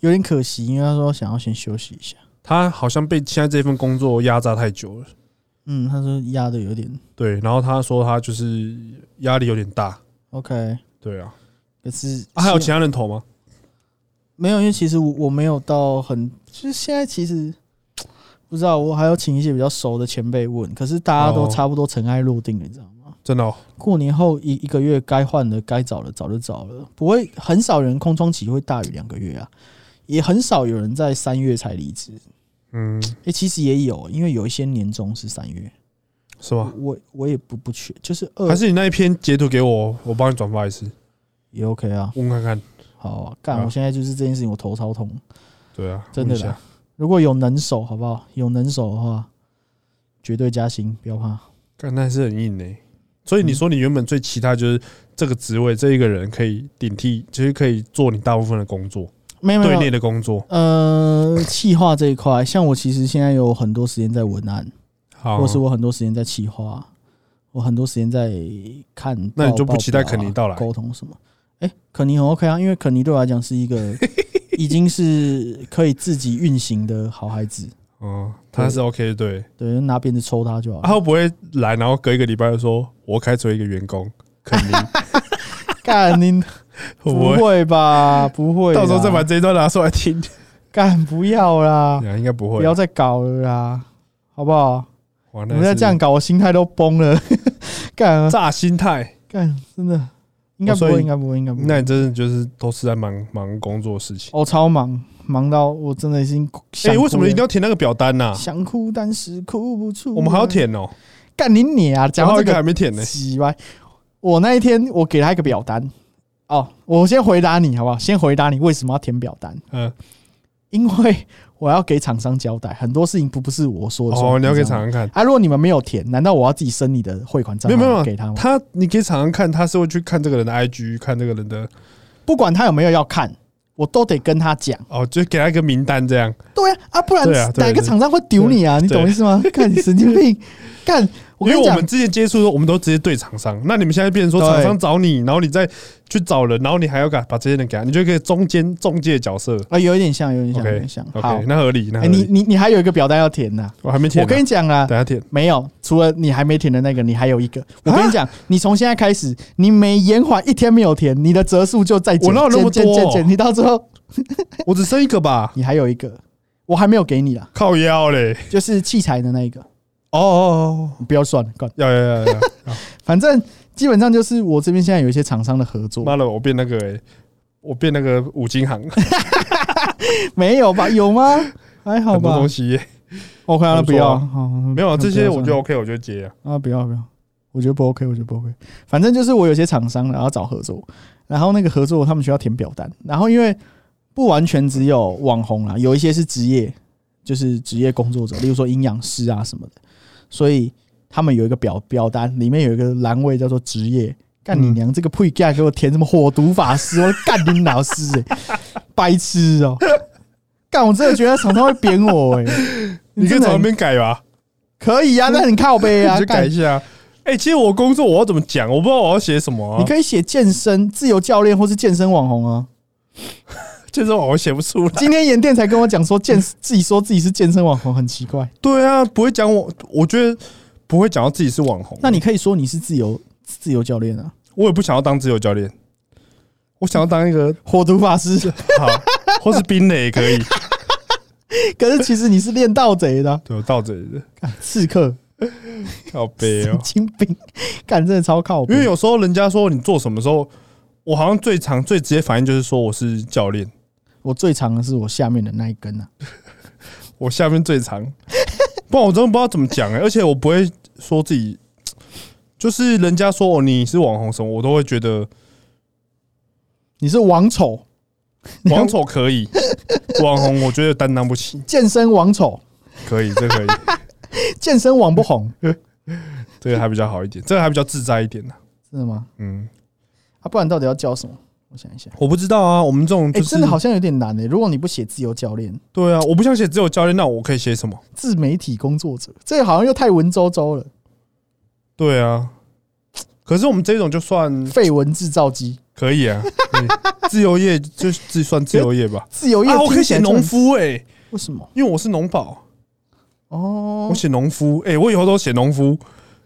Speaker 2: 有点可惜，因为她说想要先休息一下。
Speaker 1: 他好像被现在这份工作压榨太久了，
Speaker 2: 嗯，她说压的有点
Speaker 1: 对。然后他说他就是压力有点大，
Speaker 2: OK，
Speaker 1: 对啊。
Speaker 2: 可是、
Speaker 1: 啊还有其他人投吗？
Speaker 2: 没有？因为其实我我没有到很，就是现在其实不知道，我还要请一些比较熟的前辈问，可是大家都
Speaker 1: 哦
Speaker 2: 差不多尘埃落定了，你知道吗？
Speaker 1: 真的、哦，
Speaker 2: 过年后一一个月该换的、该找的早就找了，不会很少人空窗期会大于两个月啊，也很少有人在三月才离职。
Speaker 1: 嗯，
Speaker 2: 诶、其实也有，因为有一些年终是三月，
Speaker 1: 是吧？
Speaker 2: 我我也不不缺，就是二
Speaker 1: 还是你那一篇截图给我，我帮你转发一次，
Speaker 2: 也 OK 啊。
Speaker 1: 问看看。
Speaker 2: 好啊，干！
Speaker 1: 好
Speaker 2: 我现在就是这件事情，我头超痛。
Speaker 1: 对啊，
Speaker 2: 真的
Speaker 1: 问一下
Speaker 2: 啦。如果有能手，好不好？有能手的话，绝对加薪，不要怕。
Speaker 1: 干那还是很硬呢、
Speaker 2: 嗯
Speaker 1: 所以你说你原本最期待就是这个职位，这一个人可以顶替，其、实、可以做你大部分的工作，
Speaker 2: 没有没有
Speaker 1: 对
Speaker 2: 没
Speaker 1: 内
Speaker 2: 有，
Speaker 1: 的工作。
Speaker 2: 呃，企划这一块，像我其实现在有很多时间在文案，
Speaker 1: 好
Speaker 2: 或，是我很多时间在企划，我很多时间在看报。
Speaker 1: 那你就不
Speaker 2: 报
Speaker 1: 期待
Speaker 2: 表啊
Speaker 1: 肯尼到来
Speaker 2: 沟通什么？哎、肯尼很 OK 啊，因为肯尼对我来讲是 一个已经是可以自己运行的好孩子，
Speaker 1: 嗯，他是 OK 的对。
Speaker 2: 对，就拿鞭子抽他就好
Speaker 1: 啊，他
Speaker 2: 了。
Speaker 1: 会不会来，然后隔一个礼拜就说我开除一个员工，肯 定
Speaker 2: 干你
Speaker 1: 会
Speaker 2: 不
Speaker 1: 不会？
Speaker 2: 会 吧？不会啦，
Speaker 1: 到时候再把这一段拿出来 听，
Speaker 2: 干不要啦，
Speaker 1: 啊，应该 不会。
Speaker 2: 不要再搞了啦，好不好？
Speaker 1: 哇，
Speaker 2: 你
Speaker 1: 那
Speaker 2: 们再这样
Speaker 1: 是
Speaker 2: 搞，我心态都崩了。 干啊
Speaker 1: 炸心态，
Speaker 2: 干，真的应该
Speaker 1: 哦
Speaker 2: 不
Speaker 1: 所
Speaker 2: 会，
Speaker 1: 以
Speaker 2: 应该不会，应该不会。
Speaker 1: 那你真的就是都是在忙忙工作的事情。
Speaker 2: 我、哦超忙，忙到我真的已经
Speaker 1: 哦
Speaker 2: 想
Speaker 1: 哎、
Speaker 2: 哭了。
Speaker 1: 为什么一定要填那个表单呢、
Speaker 2: 想哭，但是哭不出来？啊
Speaker 1: 我们还要填哦，
Speaker 2: 干你你啊！讲
Speaker 1: 我
Speaker 2: 到
Speaker 1: 还有一
Speaker 2: 这
Speaker 1: 个还
Speaker 2: 个
Speaker 1: 没填呢、
Speaker 2: 奇怪，我那一天我给他一个表单。哦，我先回答你好不好？先回答你为什么要填表单？
Speaker 1: 嗯，
Speaker 2: 因为我要给厂商交代，很多事情不不是我说的算。
Speaker 1: 哦，你要给
Speaker 2: 知道
Speaker 1: 厂商
Speaker 2: 吗
Speaker 1: 看，
Speaker 2: 啊？如果你们没有填，难道我要自己升你的汇款账号
Speaker 1: 没有没有
Speaker 2: 给他吗？
Speaker 1: 他你给厂商看，他是会去看这个人的 IG，看这个人的
Speaker 2: 不管他有没有要看，我都得跟他讲。
Speaker 1: 哦，就给他一个名单这样。
Speaker 2: 对啊，啊，不然
Speaker 1: 对啊对
Speaker 2: 哪个
Speaker 1: 对
Speaker 2: 厂商会丢你啊？你
Speaker 1: 对
Speaker 2: 懂意 思吗？干你神经病！干，我
Speaker 1: 因
Speaker 2: 跟
Speaker 1: 为
Speaker 2: 你
Speaker 1: 我
Speaker 2: 讲
Speaker 1: 们，之前接触的时候，我们都直接对厂商。那你们现在变成说
Speaker 2: 对
Speaker 1: 厂商找你，然后你再去找人，然后你还要把把这些人给他，你就可以中间中介角色。
Speaker 2: 啊，有一点像，有一点像，有
Speaker 1: OK，
Speaker 2: 一点像。好
Speaker 1: OK，，那合理，那
Speaker 2: 哎、
Speaker 1: 合
Speaker 2: 你
Speaker 1: 理。
Speaker 2: 你你还有一个表单要填呐、
Speaker 1: 我还没填
Speaker 2: 我
Speaker 1: 呢，
Speaker 2: 跟你讲 啊，
Speaker 1: 等下填。
Speaker 2: 没有，除了你还没填的那个，你还有一
Speaker 1: 啊
Speaker 2: 个。我跟你讲，你从现在开始，你每延缓一天没有填，你的折数就再减，
Speaker 1: 我哪有那么
Speaker 2: 减
Speaker 1: 多啊
Speaker 2: 减减减你到最后
Speaker 1: 我只剩一个吧，
Speaker 2: 你还有一个，我还没有给你啦，
Speaker 1: 靠腰嘞。
Speaker 2: 就是器材的那一个，
Speaker 1: 哦哦哦，
Speaker 2: 你不要算了，干
Speaker 1: 要要要要，
Speaker 2: 反正基本上就是我这边现在有一些厂商的合作，
Speaker 1: 妈的，我变那个哎、我变那个五金行，
Speaker 2: 没有吧？有吗？还好
Speaker 1: 很多
Speaker 2: 吧
Speaker 1: 东西、
Speaker 2: ？OK，啊那
Speaker 1: 不
Speaker 2: 不
Speaker 1: 错
Speaker 2: 要，
Speaker 1: 啊
Speaker 2: 好
Speaker 1: 没有啊这些，我觉得
Speaker 2: 就
Speaker 1: OK，我就接啊。
Speaker 2: 啊，不要不要，我觉得不 OK，我觉得不 OK。反正就是我有些厂商然后找合作，然后那个合作他们需要填表单，然后因为不完全只有网红啦，有一些是职业，就是职业工作者，例如说营养师啊什么的，所以他们有一个表表单，里面有一个栏位叫做职业。干你
Speaker 1: 嗯
Speaker 2: 娘！这个配盖给我填什么火毒法师？我干你老师哎、白痴哦、 干我真的觉得厂商会扁我哎、
Speaker 1: 你可以
Speaker 2: 真
Speaker 1: 从
Speaker 2: 的
Speaker 1: 那
Speaker 2: 很
Speaker 1: 边改吧，
Speaker 2: 可以啊，那很靠背啊，
Speaker 1: 你就
Speaker 2: 干
Speaker 1: 改一下。哎，其实我工作我要怎么讲，我不知道我要写什么、啊。
Speaker 2: 你可以写健身自由教练或是健身网 红啊。
Speaker 1: 健身网我写不出来。
Speaker 2: 今天演店才跟我讲说健自己说自己是健身网红，很奇 怪。
Speaker 1: 对啊，不会讲我，我觉得不会讲到自己是网红。啊
Speaker 2: 那你可以说你是自由自由教练啊，
Speaker 1: 我也不想要当自由教练，我想要当一个
Speaker 2: 火毒法师。
Speaker 1: 好，或是冰垒也可 以。
Speaker 2: 可是其实你是练盗贼的啊、
Speaker 1: 对，我到这里了，
Speaker 2: 干刺客、
Speaker 1: 好悲哦
Speaker 2: 神。经病，干真的超靠
Speaker 1: 因为
Speaker 2: 谱。
Speaker 1: 有时候人家说你做什么时候，我好像最常最直接反应就是说我是教练，
Speaker 2: 我最长的是我下面的那一根啊，
Speaker 1: 我下面最长， 不然我真的不知道怎么讲哎、而且我不会说自己，就是人家说哦你是网红什么，我都会觉 得
Speaker 2: 你是王丑，
Speaker 1: 网丑可以，网红我觉得担当不起，
Speaker 2: 健身王丑，
Speaker 1: 可以这可以，
Speaker 2: 健身网不红，
Speaker 1: 这个还比较好一点，这个还比较自在一点呢、
Speaker 2: 真的吗？
Speaker 1: 嗯，
Speaker 2: 啊，不然到底要叫什么？我想一下，
Speaker 1: 我不知道啊，我们这种
Speaker 2: 哎、
Speaker 1: 就是、
Speaker 2: 真的好像有点难诶、欸如果你不写自由教练、
Speaker 1: 对啊，我不想写只有教练，那我可以写什么？
Speaker 2: 自媒体工作者，这好像又太文绉绉了。
Speaker 1: 对啊，可是我们这种就算
Speaker 2: 废文制造机，
Speaker 1: 可以 啊，可以自由业就自算自由业吧。
Speaker 2: 自由业
Speaker 1: 啊，我可以
Speaker 2: 听起
Speaker 1: 写
Speaker 2: 来就很
Speaker 1: 农，夫哎、
Speaker 2: 为什么？
Speaker 1: 因为我是农保，
Speaker 2: 哦
Speaker 1: 我，写农夫哎、我以后都写农夫，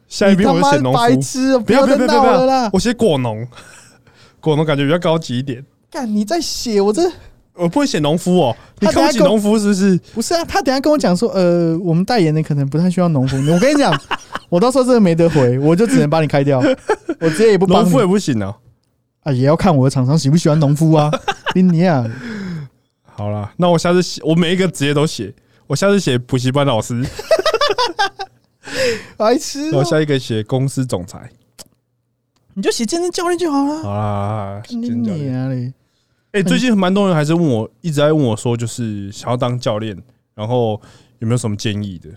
Speaker 1: 下一
Speaker 2: 你
Speaker 1: 篇
Speaker 2: 他
Speaker 1: 我就
Speaker 2: 妈
Speaker 1: 写农
Speaker 2: 白
Speaker 1: 夫，
Speaker 2: 痴啊哦，
Speaker 1: 不
Speaker 2: 不
Speaker 1: 要
Speaker 2: 要
Speaker 1: 不要
Speaker 2: 再
Speaker 1: 不要
Speaker 2: 闹
Speaker 1: 不
Speaker 2: 了
Speaker 1: 要
Speaker 2: 啦，！
Speaker 1: 我写果农， 果农感觉比较高级一点，
Speaker 2: 干，你在写，我这
Speaker 1: 我不会写农夫哦、你
Speaker 2: 他等
Speaker 1: 看
Speaker 2: 下
Speaker 1: 不起
Speaker 2: 跟我
Speaker 1: 农夫是不是？
Speaker 2: 不是啊？他等一下跟我讲说，呃，我们代言的可能不太需要农夫。我跟你 讲，我到时候真的没得回，我就只能把你开掉，我直接也不帮
Speaker 1: 农
Speaker 2: 你
Speaker 1: 夫也不行啊。
Speaker 2: 啊，也要看我的厂商喜不喜欢农夫啊。宾尼亚，
Speaker 1: 好啦，那我下次写，我每一个职业都写，我下次写补习班老 师，
Speaker 2: 白痴
Speaker 1: 然
Speaker 2: 哦、
Speaker 1: 后下一个写公司总裁。
Speaker 2: 你就写健身教练就好了。
Speaker 1: 好啦，
Speaker 2: 干你
Speaker 1: 先这样
Speaker 2: 娘啊嘞！
Speaker 1: 哎、最近蛮多人还是问我，一直在问我说，就是想要当教练，然后有没有什么建议的？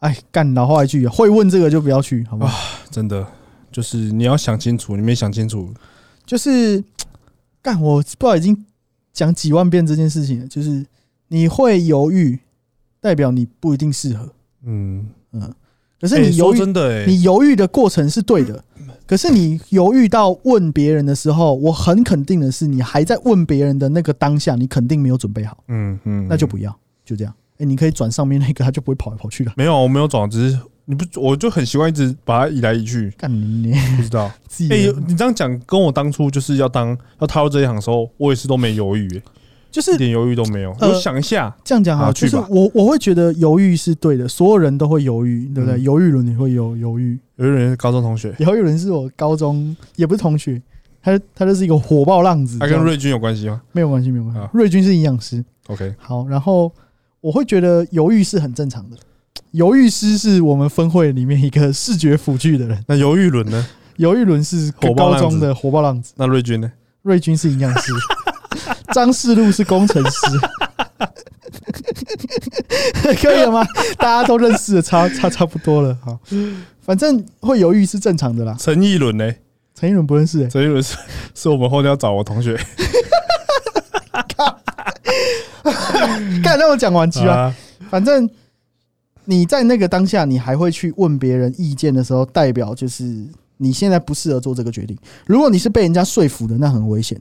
Speaker 2: 哎，干老话一句，会问这个就不要去，好不好？
Speaker 1: 真的就是你要想清楚，你没想清楚，
Speaker 2: 就是干，我不知道已经讲几万遍这件事情了。就是你会犹豫，代表你不一定适合。
Speaker 1: 嗯，
Speaker 2: 可是
Speaker 1: 哎，
Speaker 2: 你犹
Speaker 1: 说
Speaker 2: 豫，
Speaker 1: 真的、欸，
Speaker 2: 你犹豫的过程是对的。可是你犹豫到问别人的时候，我很肯定的是，你还在问别人的那个当下，你肯定没有准备好，
Speaker 1: 嗯嗯，
Speaker 2: 那就不要，就这样。哎，你可以转上面那个，他就不会跑来跑去了。
Speaker 1: 没有，我没有转，只是你不，我就很习惯一直把它移来移去，
Speaker 2: 干你娘！
Speaker 1: 不知道。
Speaker 2: 自己
Speaker 1: 哎、
Speaker 2: 人
Speaker 1: 你这样讲，跟我当初就是要当要踏入这一行的时候，我也是都没犹豫、欸，
Speaker 2: 就是
Speaker 1: 一点犹豫都没有。
Speaker 2: 呃
Speaker 1: 我想一下，
Speaker 2: 这样讲
Speaker 1: 啊
Speaker 2: 哈，
Speaker 1: 去
Speaker 2: 就是
Speaker 1: 吧
Speaker 2: 我我会觉得犹豫是对的，所有人都会犹豫，对不对？
Speaker 1: 嗯
Speaker 2: 犹豫轮你会有犹豫，
Speaker 1: 有一个人是高中同学，
Speaker 2: 姚一伦是我高中也不是同学，他他就是一个火爆浪子，
Speaker 1: 他
Speaker 2: 这
Speaker 1: 跟
Speaker 2: 样
Speaker 1: 瑞军有关系吗
Speaker 2: 没有关系，没有关系
Speaker 1: 啊。
Speaker 2: 瑞君是营养师，
Speaker 1: ？OK，
Speaker 2: 好，然后我会觉得犹豫是很正常的，犹豫师是我们分会里面一个视觉辅具的人，
Speaker 1: 那犹豫轮呢？
Speaker 2: 姚一伦是
Speaker 1: 火爆
Speaker 2: 高
Speaker 1: 浪子
Speaker 2: 中的火爆浪子，
Speaker 1: 那瑞军呢？
Speaker 2: 瑞君是营养师，张世禄是工程师。 可以了吗？大家都认识的差差差不多了，好，反正会犹豫是正常的啦。
Speaker 1: 陈义伦呢？
Speaker 2: 陈一伦不认识、欸，
Speaker 1: 陈一伦是是我们后天要找我同 学，
Speaker 2: 干，让我讲完鸡巴。
Speaker 1: 啊，
Speaker 2: 反正你在那个当下，你还会去问别人意见的时候，代表就是你现在不适合做这个决定。如果你是被人家说服的，那很危险。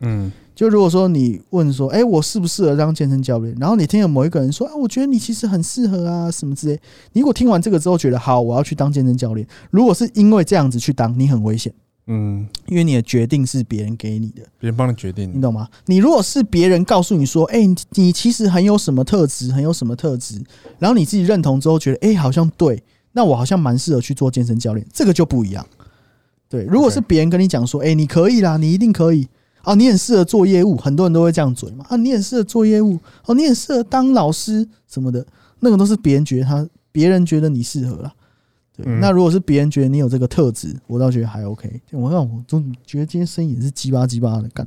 Speaker 1: 嗯，
Speaker 2: 就如果说你问说，哎、我适不适合当健身教练？然后你听了某一个人说，啊，我觉得你其实很适合啊，什么之类。你如果听完这个之后觉得好，我要去当健身教练，如果是因为这样子去当，你很危险，
Speaker 1: 嗯，
Speaker 2: 因为你的决定是别人给你的。
Speaker 1: 别人帮你决
Speaker 2: 你
Speaker 1: 定，
Speaker 2: 懂吗？你如果是别人告诉你说，哎、你你其实很有什么特质，很有什么特质，然后你自己认同之后觉得，哎、好像对，那我好像蛮适合去做健身教练，这个就不一样。对，如果是
Speaker 1: OK
Speaker 2: 别人跟你讲说，哎、你可以啦，你一定可以啊，你很适合做业务，很多人都会这样嘴嘛，啊，你很适合做业务，哦、你很适合当老师什么的，那个都是别人觉得他，别人觉得你适合啦。对，
Speaker 1: 嗯
Speaker 2: 那如果是别人觉得你有这个特质，我倒觉得还 OK。我让我总觉得今天声音也是鸡巴鸡巴的，干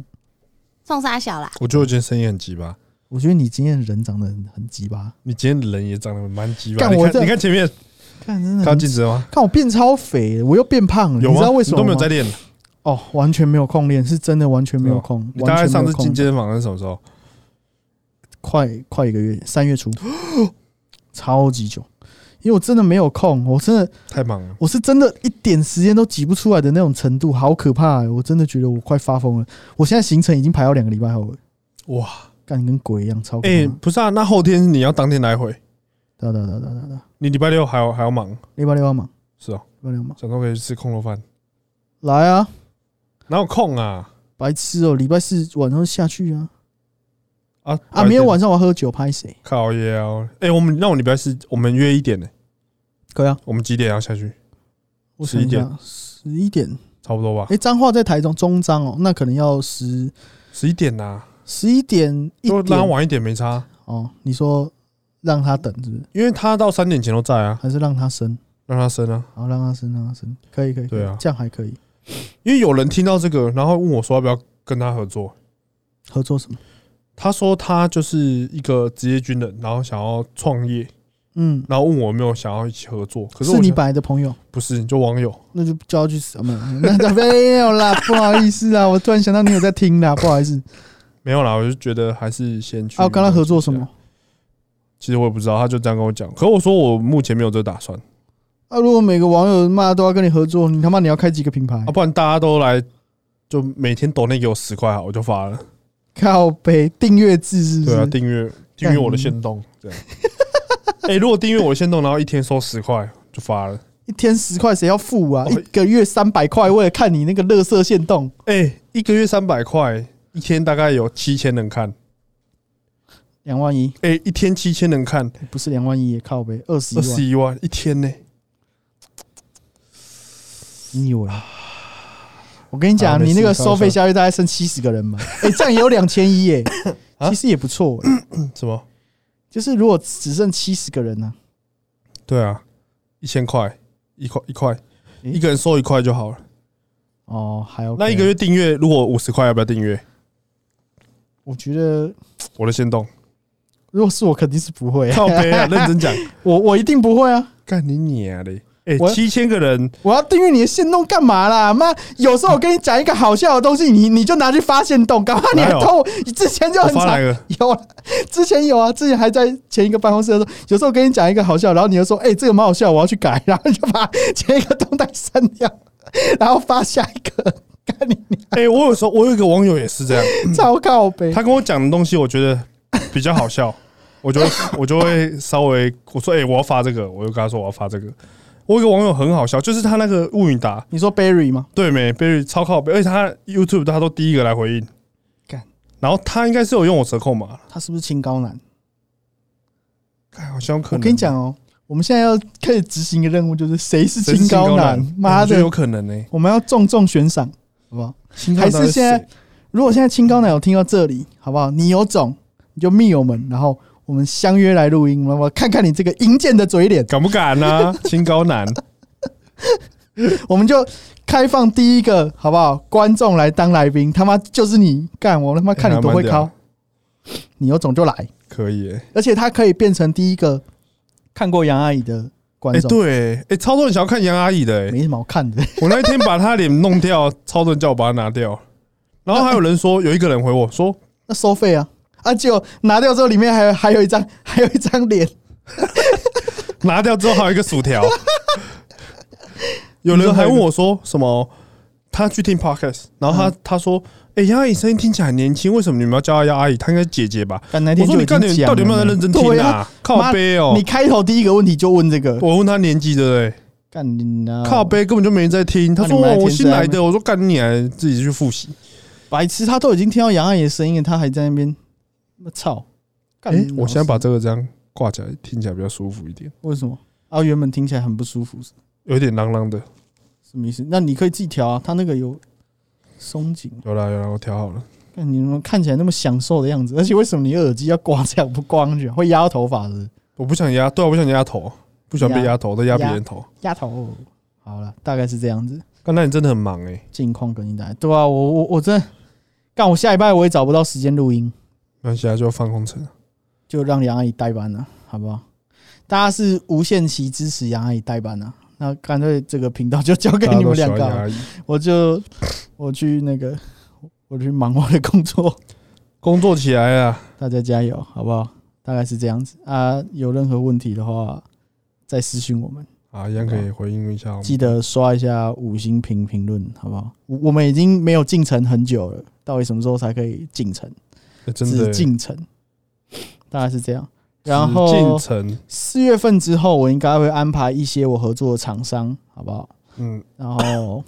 Speaker 3: 送沙小啦，
Speaker 1: 我觉得我今天生意很鸡巴，
Speaker 2: 我觉得你今天人长得很很鸡巴，
Speaker 1: 你今天人也长得蛮鸡巴，
Speaker 2: 干
Speaker 1: 你
Speaker 2: 我
Speaker 1: 看
Speaker 2: 这
Speaker 1: 你看前面
Speaker 2: 看真的
Speaker 1: 看到
Speaker 2: 很，
Speaker 1: 镜子吗？
Speaker 2: 看我变超肥了，我又变胖了，
Speaker 1: 有
Speaker 2: 你
Speaker 1: 吗？
Speaker 2: 知道为什
Speaker 1: 你
Speaker 2: 么
Speaker 1: 都
Speaker 2: 吗
Speaker 1: 没有在练，
Speaker 2: 哦，完全没有空练，是真的完全没有空。
Speaker 1: 你大概
Speaker 2: 完全
Speaker 1: 上
Speaker 2: 没
Speaker 1: 次
Speaker 2: 有空
Speaker 1: 进健身房是什么时候？
Speaker 2: 快快一个月，三月初，超级久，因为我真的没有空，我真的
Speaker 1: 太忙了。
Speaker 2: 我是真的一点时间都挤不出来的那种程度，好可怕、欸！我真的觉得我快发疯了。我现在行程已经排到两个礼拜后了，
Speaker 1: 哇，
Speaker 2: 干跟鬼一样，超可怕。
Speaker 1: 哎、不是啊，那后天你要当天来回，
Speaker 2: 哒哒哒哒哒哒，
Speaker 1: 你礼拜六还要还要忙，
Speaker 2: 礼拜六要忙，
Speaker 1: 是哦，
Speaker 2: 礼拜六要忙，
Speaker 1: 想说可以吃空肉饭，
Speaker 2: 来啊，
Speaker 1: 哪有空啊？
Speaker 2: 白痴哦、礼拜四晚上下去啊
Speaker 1: 啊
Speaker 2: 啊！明天晚上我要喝酒，拍谁？
Speaker 1: 靠耶哦！哎、我们那我礼拜四我们约一点呢、
Speaker 2: 可以啊，
Speaker 1: 我们几点要下去？
Speaker 2: 我想一
Speaker 1: 11
Speaker 2: 下，十一点。
Speaker 1: 差不多吧
Speaker 2: 哎、，彰化在台中中彰哦，那可能要十
Speaker 1: 十一点呐、
Speaker 2: 十一点一
Speaker 1: 就拉
Speaker 2: 点
Speaker 1: 晚一点没差，
Speaker 2: 哦。你说让他等是不是？
Speaker 1: 因为他到三点前都在啊，
Speaker 2: 还是让他生？
Speaker 1: 让他生啊。
Speaker 2: 好，让他生，让他生，可以可以，可以
Speaker 1: 对啊
Speaker 2: 这样还可以。
Speaker 1: 因为有人听到这个，然后问我说要不要跟他合作，
Speaker 2: 合作什么？
Speaker 1: 他说他就是一个职业军人，然后想要创业，
Speaker 2: 嗯，
Speaker 1: 然后问我有没有想要一起合作。可是
Speaker 2: 是
Speaker 1: 我
Speaker 2: 你
Speaker 1: 想
Speaker 2: 本来的朋友，
Speaker 1: 不是，就网友。
Speaker 2: 那就叫他去死啊！没有，那没有 啦，不好意思啊，我突然想到你有在听啦，不好意思。
Speaker 1: 没有啦，哦我就觉得还是先去。
Speaker 2: 啊，我跟他合作什么？？
Speaker 1: 其实我也不知道，他就这样跟我讲。可我说我目前没有这个打算，
Speaker 2: 啊，如果每个网友骂都要跟你合作，你他妈你要开几个品牌
Speaker 1: 啊，？不然大家都来，就每天抖那给我十块好，我就发了。
Speaker 2: 靠北订阅制是不
Speaker 1: 对啊，
Speaker 2: 是？
Speaker 1: 订阅订阅我的线动这 样。哎，如果订阅我的线动，然后一天收十块就发了。
Speaker 2: 一天十块谁要付啊？
Speaker 1: 哦
Speaker 2: 一个月三百块，为了看你那个乐色线动，
Speaker 1: 哎，一个月三百块，一天大概有七千人看。
Speaker 2: 两万一
Speaker 1: 哎，一天七千人看，
Speaker 2: 不是两万一也靠北二十一
Speaker 1: 二
Speaker 2: 万
Speaker 1: 十，一万一天呢。
Speaker 2: 你以为？我跟你
Speaker 1: 好
Speaker 2: 讲，
Speaker 1: 没事
Speaker 2: 你那个
Speaker 1: 稍微
Speaker 2: 收费
Speaker 1: 稍
Speaker 2: 效率大概剩七十
Speaker 1: ，
Speaker 2: 个人嘛，哎，这样也有两千一耶
Speaker 1: 啊
Speaker 2: 其实也不错欸。
Speaker 1: 什么？
Speaker 2: 就是如果只剩七十个人呢、
Speaker 1: 对啊，一千块，一块一块，
Speaker 2: 诶
Speaker 1: 一个人收一块就好了。
Speaker 2: 哦，还有、
Speaker 1: 那一个月，订阅如果五十块，要不要订阅？
Speaker 2: 我觉得
Speaker 1: 我的先动，
Speaker 2: 如果是我，肯定是不会、啊，
Speaker 1: 靠背啊，认真讲，
Speaker 2: 我我一定不会啊！
Speaker 1: 干你娘嘞！哎、
Speaker 2: 我
Speaker 1: 七千个人，
Speaker 2: 我要订阅你的线动干嘛啦？妈，有时候我跟你讲一个好笑的东西，你你就拿去发线动，搞不好你还
Speaker 1: 哪有
Speaker 2: 偷我。你之前就
Speaker 1: 我
Speaker 2: 很
Speaker 1: 发哪
Speaker 2: 常
Speaker 1: 个？
Speaker 2: 有啊，之前有啊，之前还在前一个办公室的时候，有时候跟你讲一个好笑，然后你就说，哎、这个蛮好笑，我要去改， 然后你就把前一个动态删掉，然后发下一个，干你娘
Speaker 1: 哎、我有时候我有一个网友也是这样，
Speaker 2: 超靠 背。
Speaker 1: 他跟我讲的东西，我觉得比较好笑， 我就会我就会稍微我说，哎、我要发这个，我就跟他说我要发这个。我有一个网友很好笑，就是他那个物语达
Speaker 2: 你说 Barry 吗？
Speaker 1: 对没 Barry 超靠背，而且他 YouTube 他都第一个来回应，
Speaker 2: 干，
Speaker 1: 然后他应该是有用我折扣码，
Speaker 2: 他是不是清高男？
Speaker 1: 看好像可
Speaker 2: 我
Speaker 1: 能。
Speaker 2: 跟你讲哦，我们现在要开始执行一个任务，就是谁是
Speaker 1: 谁是
Speaker 2: 清高男？妈
Speaker 1: 我觉得
Speaker 2: 的
Speaker 1: 有，可能呢、
Speaker 2: 我们要重重悬赏，好不好？
Speaker 1: 清高男
Speaker 2: 还是现在
Speaker 1: 谁
Speaker 2: 如果现在清高男有听到这里，好不好？你有种，你就密我们，然后我们相约来录音，我们看看你这个银剑的嘴脸，
Speaker 1: 敢不敢呢、清高男，
Speaker 2: 我们就开放第一个，好不好？观众来当来宾，他妈就是你干，我他妈看你多
Speaker 1: 哎还蛮
Speaker 2: 会
Speaker 1: 屌
Speaker 2: 敲，你有种就来，
Speaker 1: 可以、欸。
Speaker 2: 而且他可以变成第一个看过杨阿姨的 观
Speaker 1: 哎、
Speaker 2: 众，
Speaker 1: 对、哎、超多人想要看杨阿姨的、哎，
Speaker 2: 没什么好看的。
Speaker 1: 我那一天把她脸弄掉，超多人叫我把它拿掉，然后还有人说，有一个人回我说，
Speaker 2: 那收费啊，啊，结果拿掉之后，里面还有还有一张还有一张脸，
Speaker 1: 拿掉之后还有一个薯条，有人还问我说什么，他去听 podcast，然后
Speaker 2: 嗯
Speaker 1: 他、他说，哎、杨阿姨声音听起来很年轻，为什么你们要叫她杨阿姨？她应该是姐姐吧？
Speaker 2: 但那
Speaker 1: 我
Speaker 2: 天
Speaker 1: 说你
Speaker 2: 就已
Speaker 1: 到
Speaker 2: 经
Speaker 1: 底
Speaker 2: 讲
Speaker 1: 到底有没有在
Speaker 2: 了
Speaker 1: 认真听
Speaker 2: 对
Speaker 1: 啊？靠
Speaker 2: 妈
Speaker 1: 背哦、
Speaker 2: 你开头第一个问题就问这个，
Speaker 1: 我问他年纪对不对？
Speaker 2: 干你啊！
Speaker 1: 靠背根本就没人在听。他
Speaker 2: 那
Speaker 1: 说
Speaker 2: 你们
Speaker 1: 哇
Speaker 2: 来
Speaker 1: 我
Speaker 2: 听
Speaker 1: 新
Speaker 2: 谁啊
Speaker 1: 来的，我说干你啊，自己去复习。
Speaker 2: 白痴，他都已经听到杨阿姨的声音了，他还在那边，我操！干
Speaker 1: 哎
Speaker 2: 你，老
Speaker 1: 我现在
Speaker 2: 师
Speaker 1: 把这个这样挂起来，听起来比较舒服一点，
Speaker 2: 为什么啊？原本听起来很不舒服，是
Speaker 1: 有一点囔囔的。
Speaker 2: 什么意思？那你可以自己调啊，他那个有松紧。
Speaker 1: 有啦有啦，我调好了。
Speaker 2: 看你怎么看起来那么享受的样子，而且为什么你耳机要挂这样不挂上去啊？会压到头发的，
Speaker 1: 我不想压，对啊，我不想压头，不喜欢被压头，都压别人头。
Speaker 2: 压头。好了，大概是这样子。
Speaker 1: 刚才你真的很忙哎、
Speaker 2: 近况更新大家。对啊，我我我真的干，我下礼拜我也找不到时间录音，
Speaker 1: 那现啊在就放空城。
Speaker 2: 就让杨阿姨代班了，啊好不好？大家是无限期支持杨阿姨代班啊，那干脆这个频道就交给
Speaker 1: 大家
Speaker 2: 你
Speaker 1: 都
Speaker 2: 们
Speaker 1: 喜
Speaker 2: 两
Speaker 1: 欢
Speaker 2: 个
Speaker 1: 杨
Speaker 2: 啊，
Speaker 1: 阿姨，
Speaker 2: 我就我去那个我去忙我的工作，
Speaker 1: 工作起来啊，
Speaker 2: 大家加油，好不好？大概是这样子啊，有任何问题的话，再私信我们，
Speaker 1: 啊，一样可以回应一下我们。
Speaker 2: 记得刷一下五星评评论，好不好？我我们已经没有进城很久了，到底什么时候才可以进城？
Speaker 1: 欸真的
Speaker 2: 只
Speaker 1: 欸
Speaker 2: 进城，大概是这样。
Speaker 1: 紫
Speaker 2: 然
Speaker 1: 禁
Speaker 2: 后
Speaker 1: 城，
Speaker 2: 四月份之后，我应该会安排一些我合作的厂商，好不好？
Speaker 1: 嗯，
Speaker 2: 然 后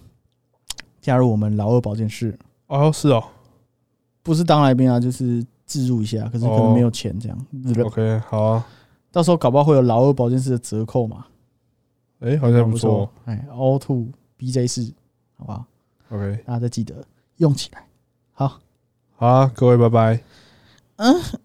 Speaker 2: 加入我们老二保健室，
Speaker 1: 哦，是哦
Speaker 2: 不是当来宾啊，就是置入一下，可是可
Speaker 1: 哦
Speaker 2: 能没有钱这样。
Speaker 1: ，OK，好啊，
Speaker 2: 到时候搞不好会有老二保健室的折扣嘛，
Speaker 1: 哎，好像不错。
Speaker 2: 哎，O two BJ 四，好不好？
Speaker 1: ，OK，
Speaker 2: 大家再记得用起来。好，
Speaker 1: 好啊，各位，拜拜。
Speaker 2: 嗯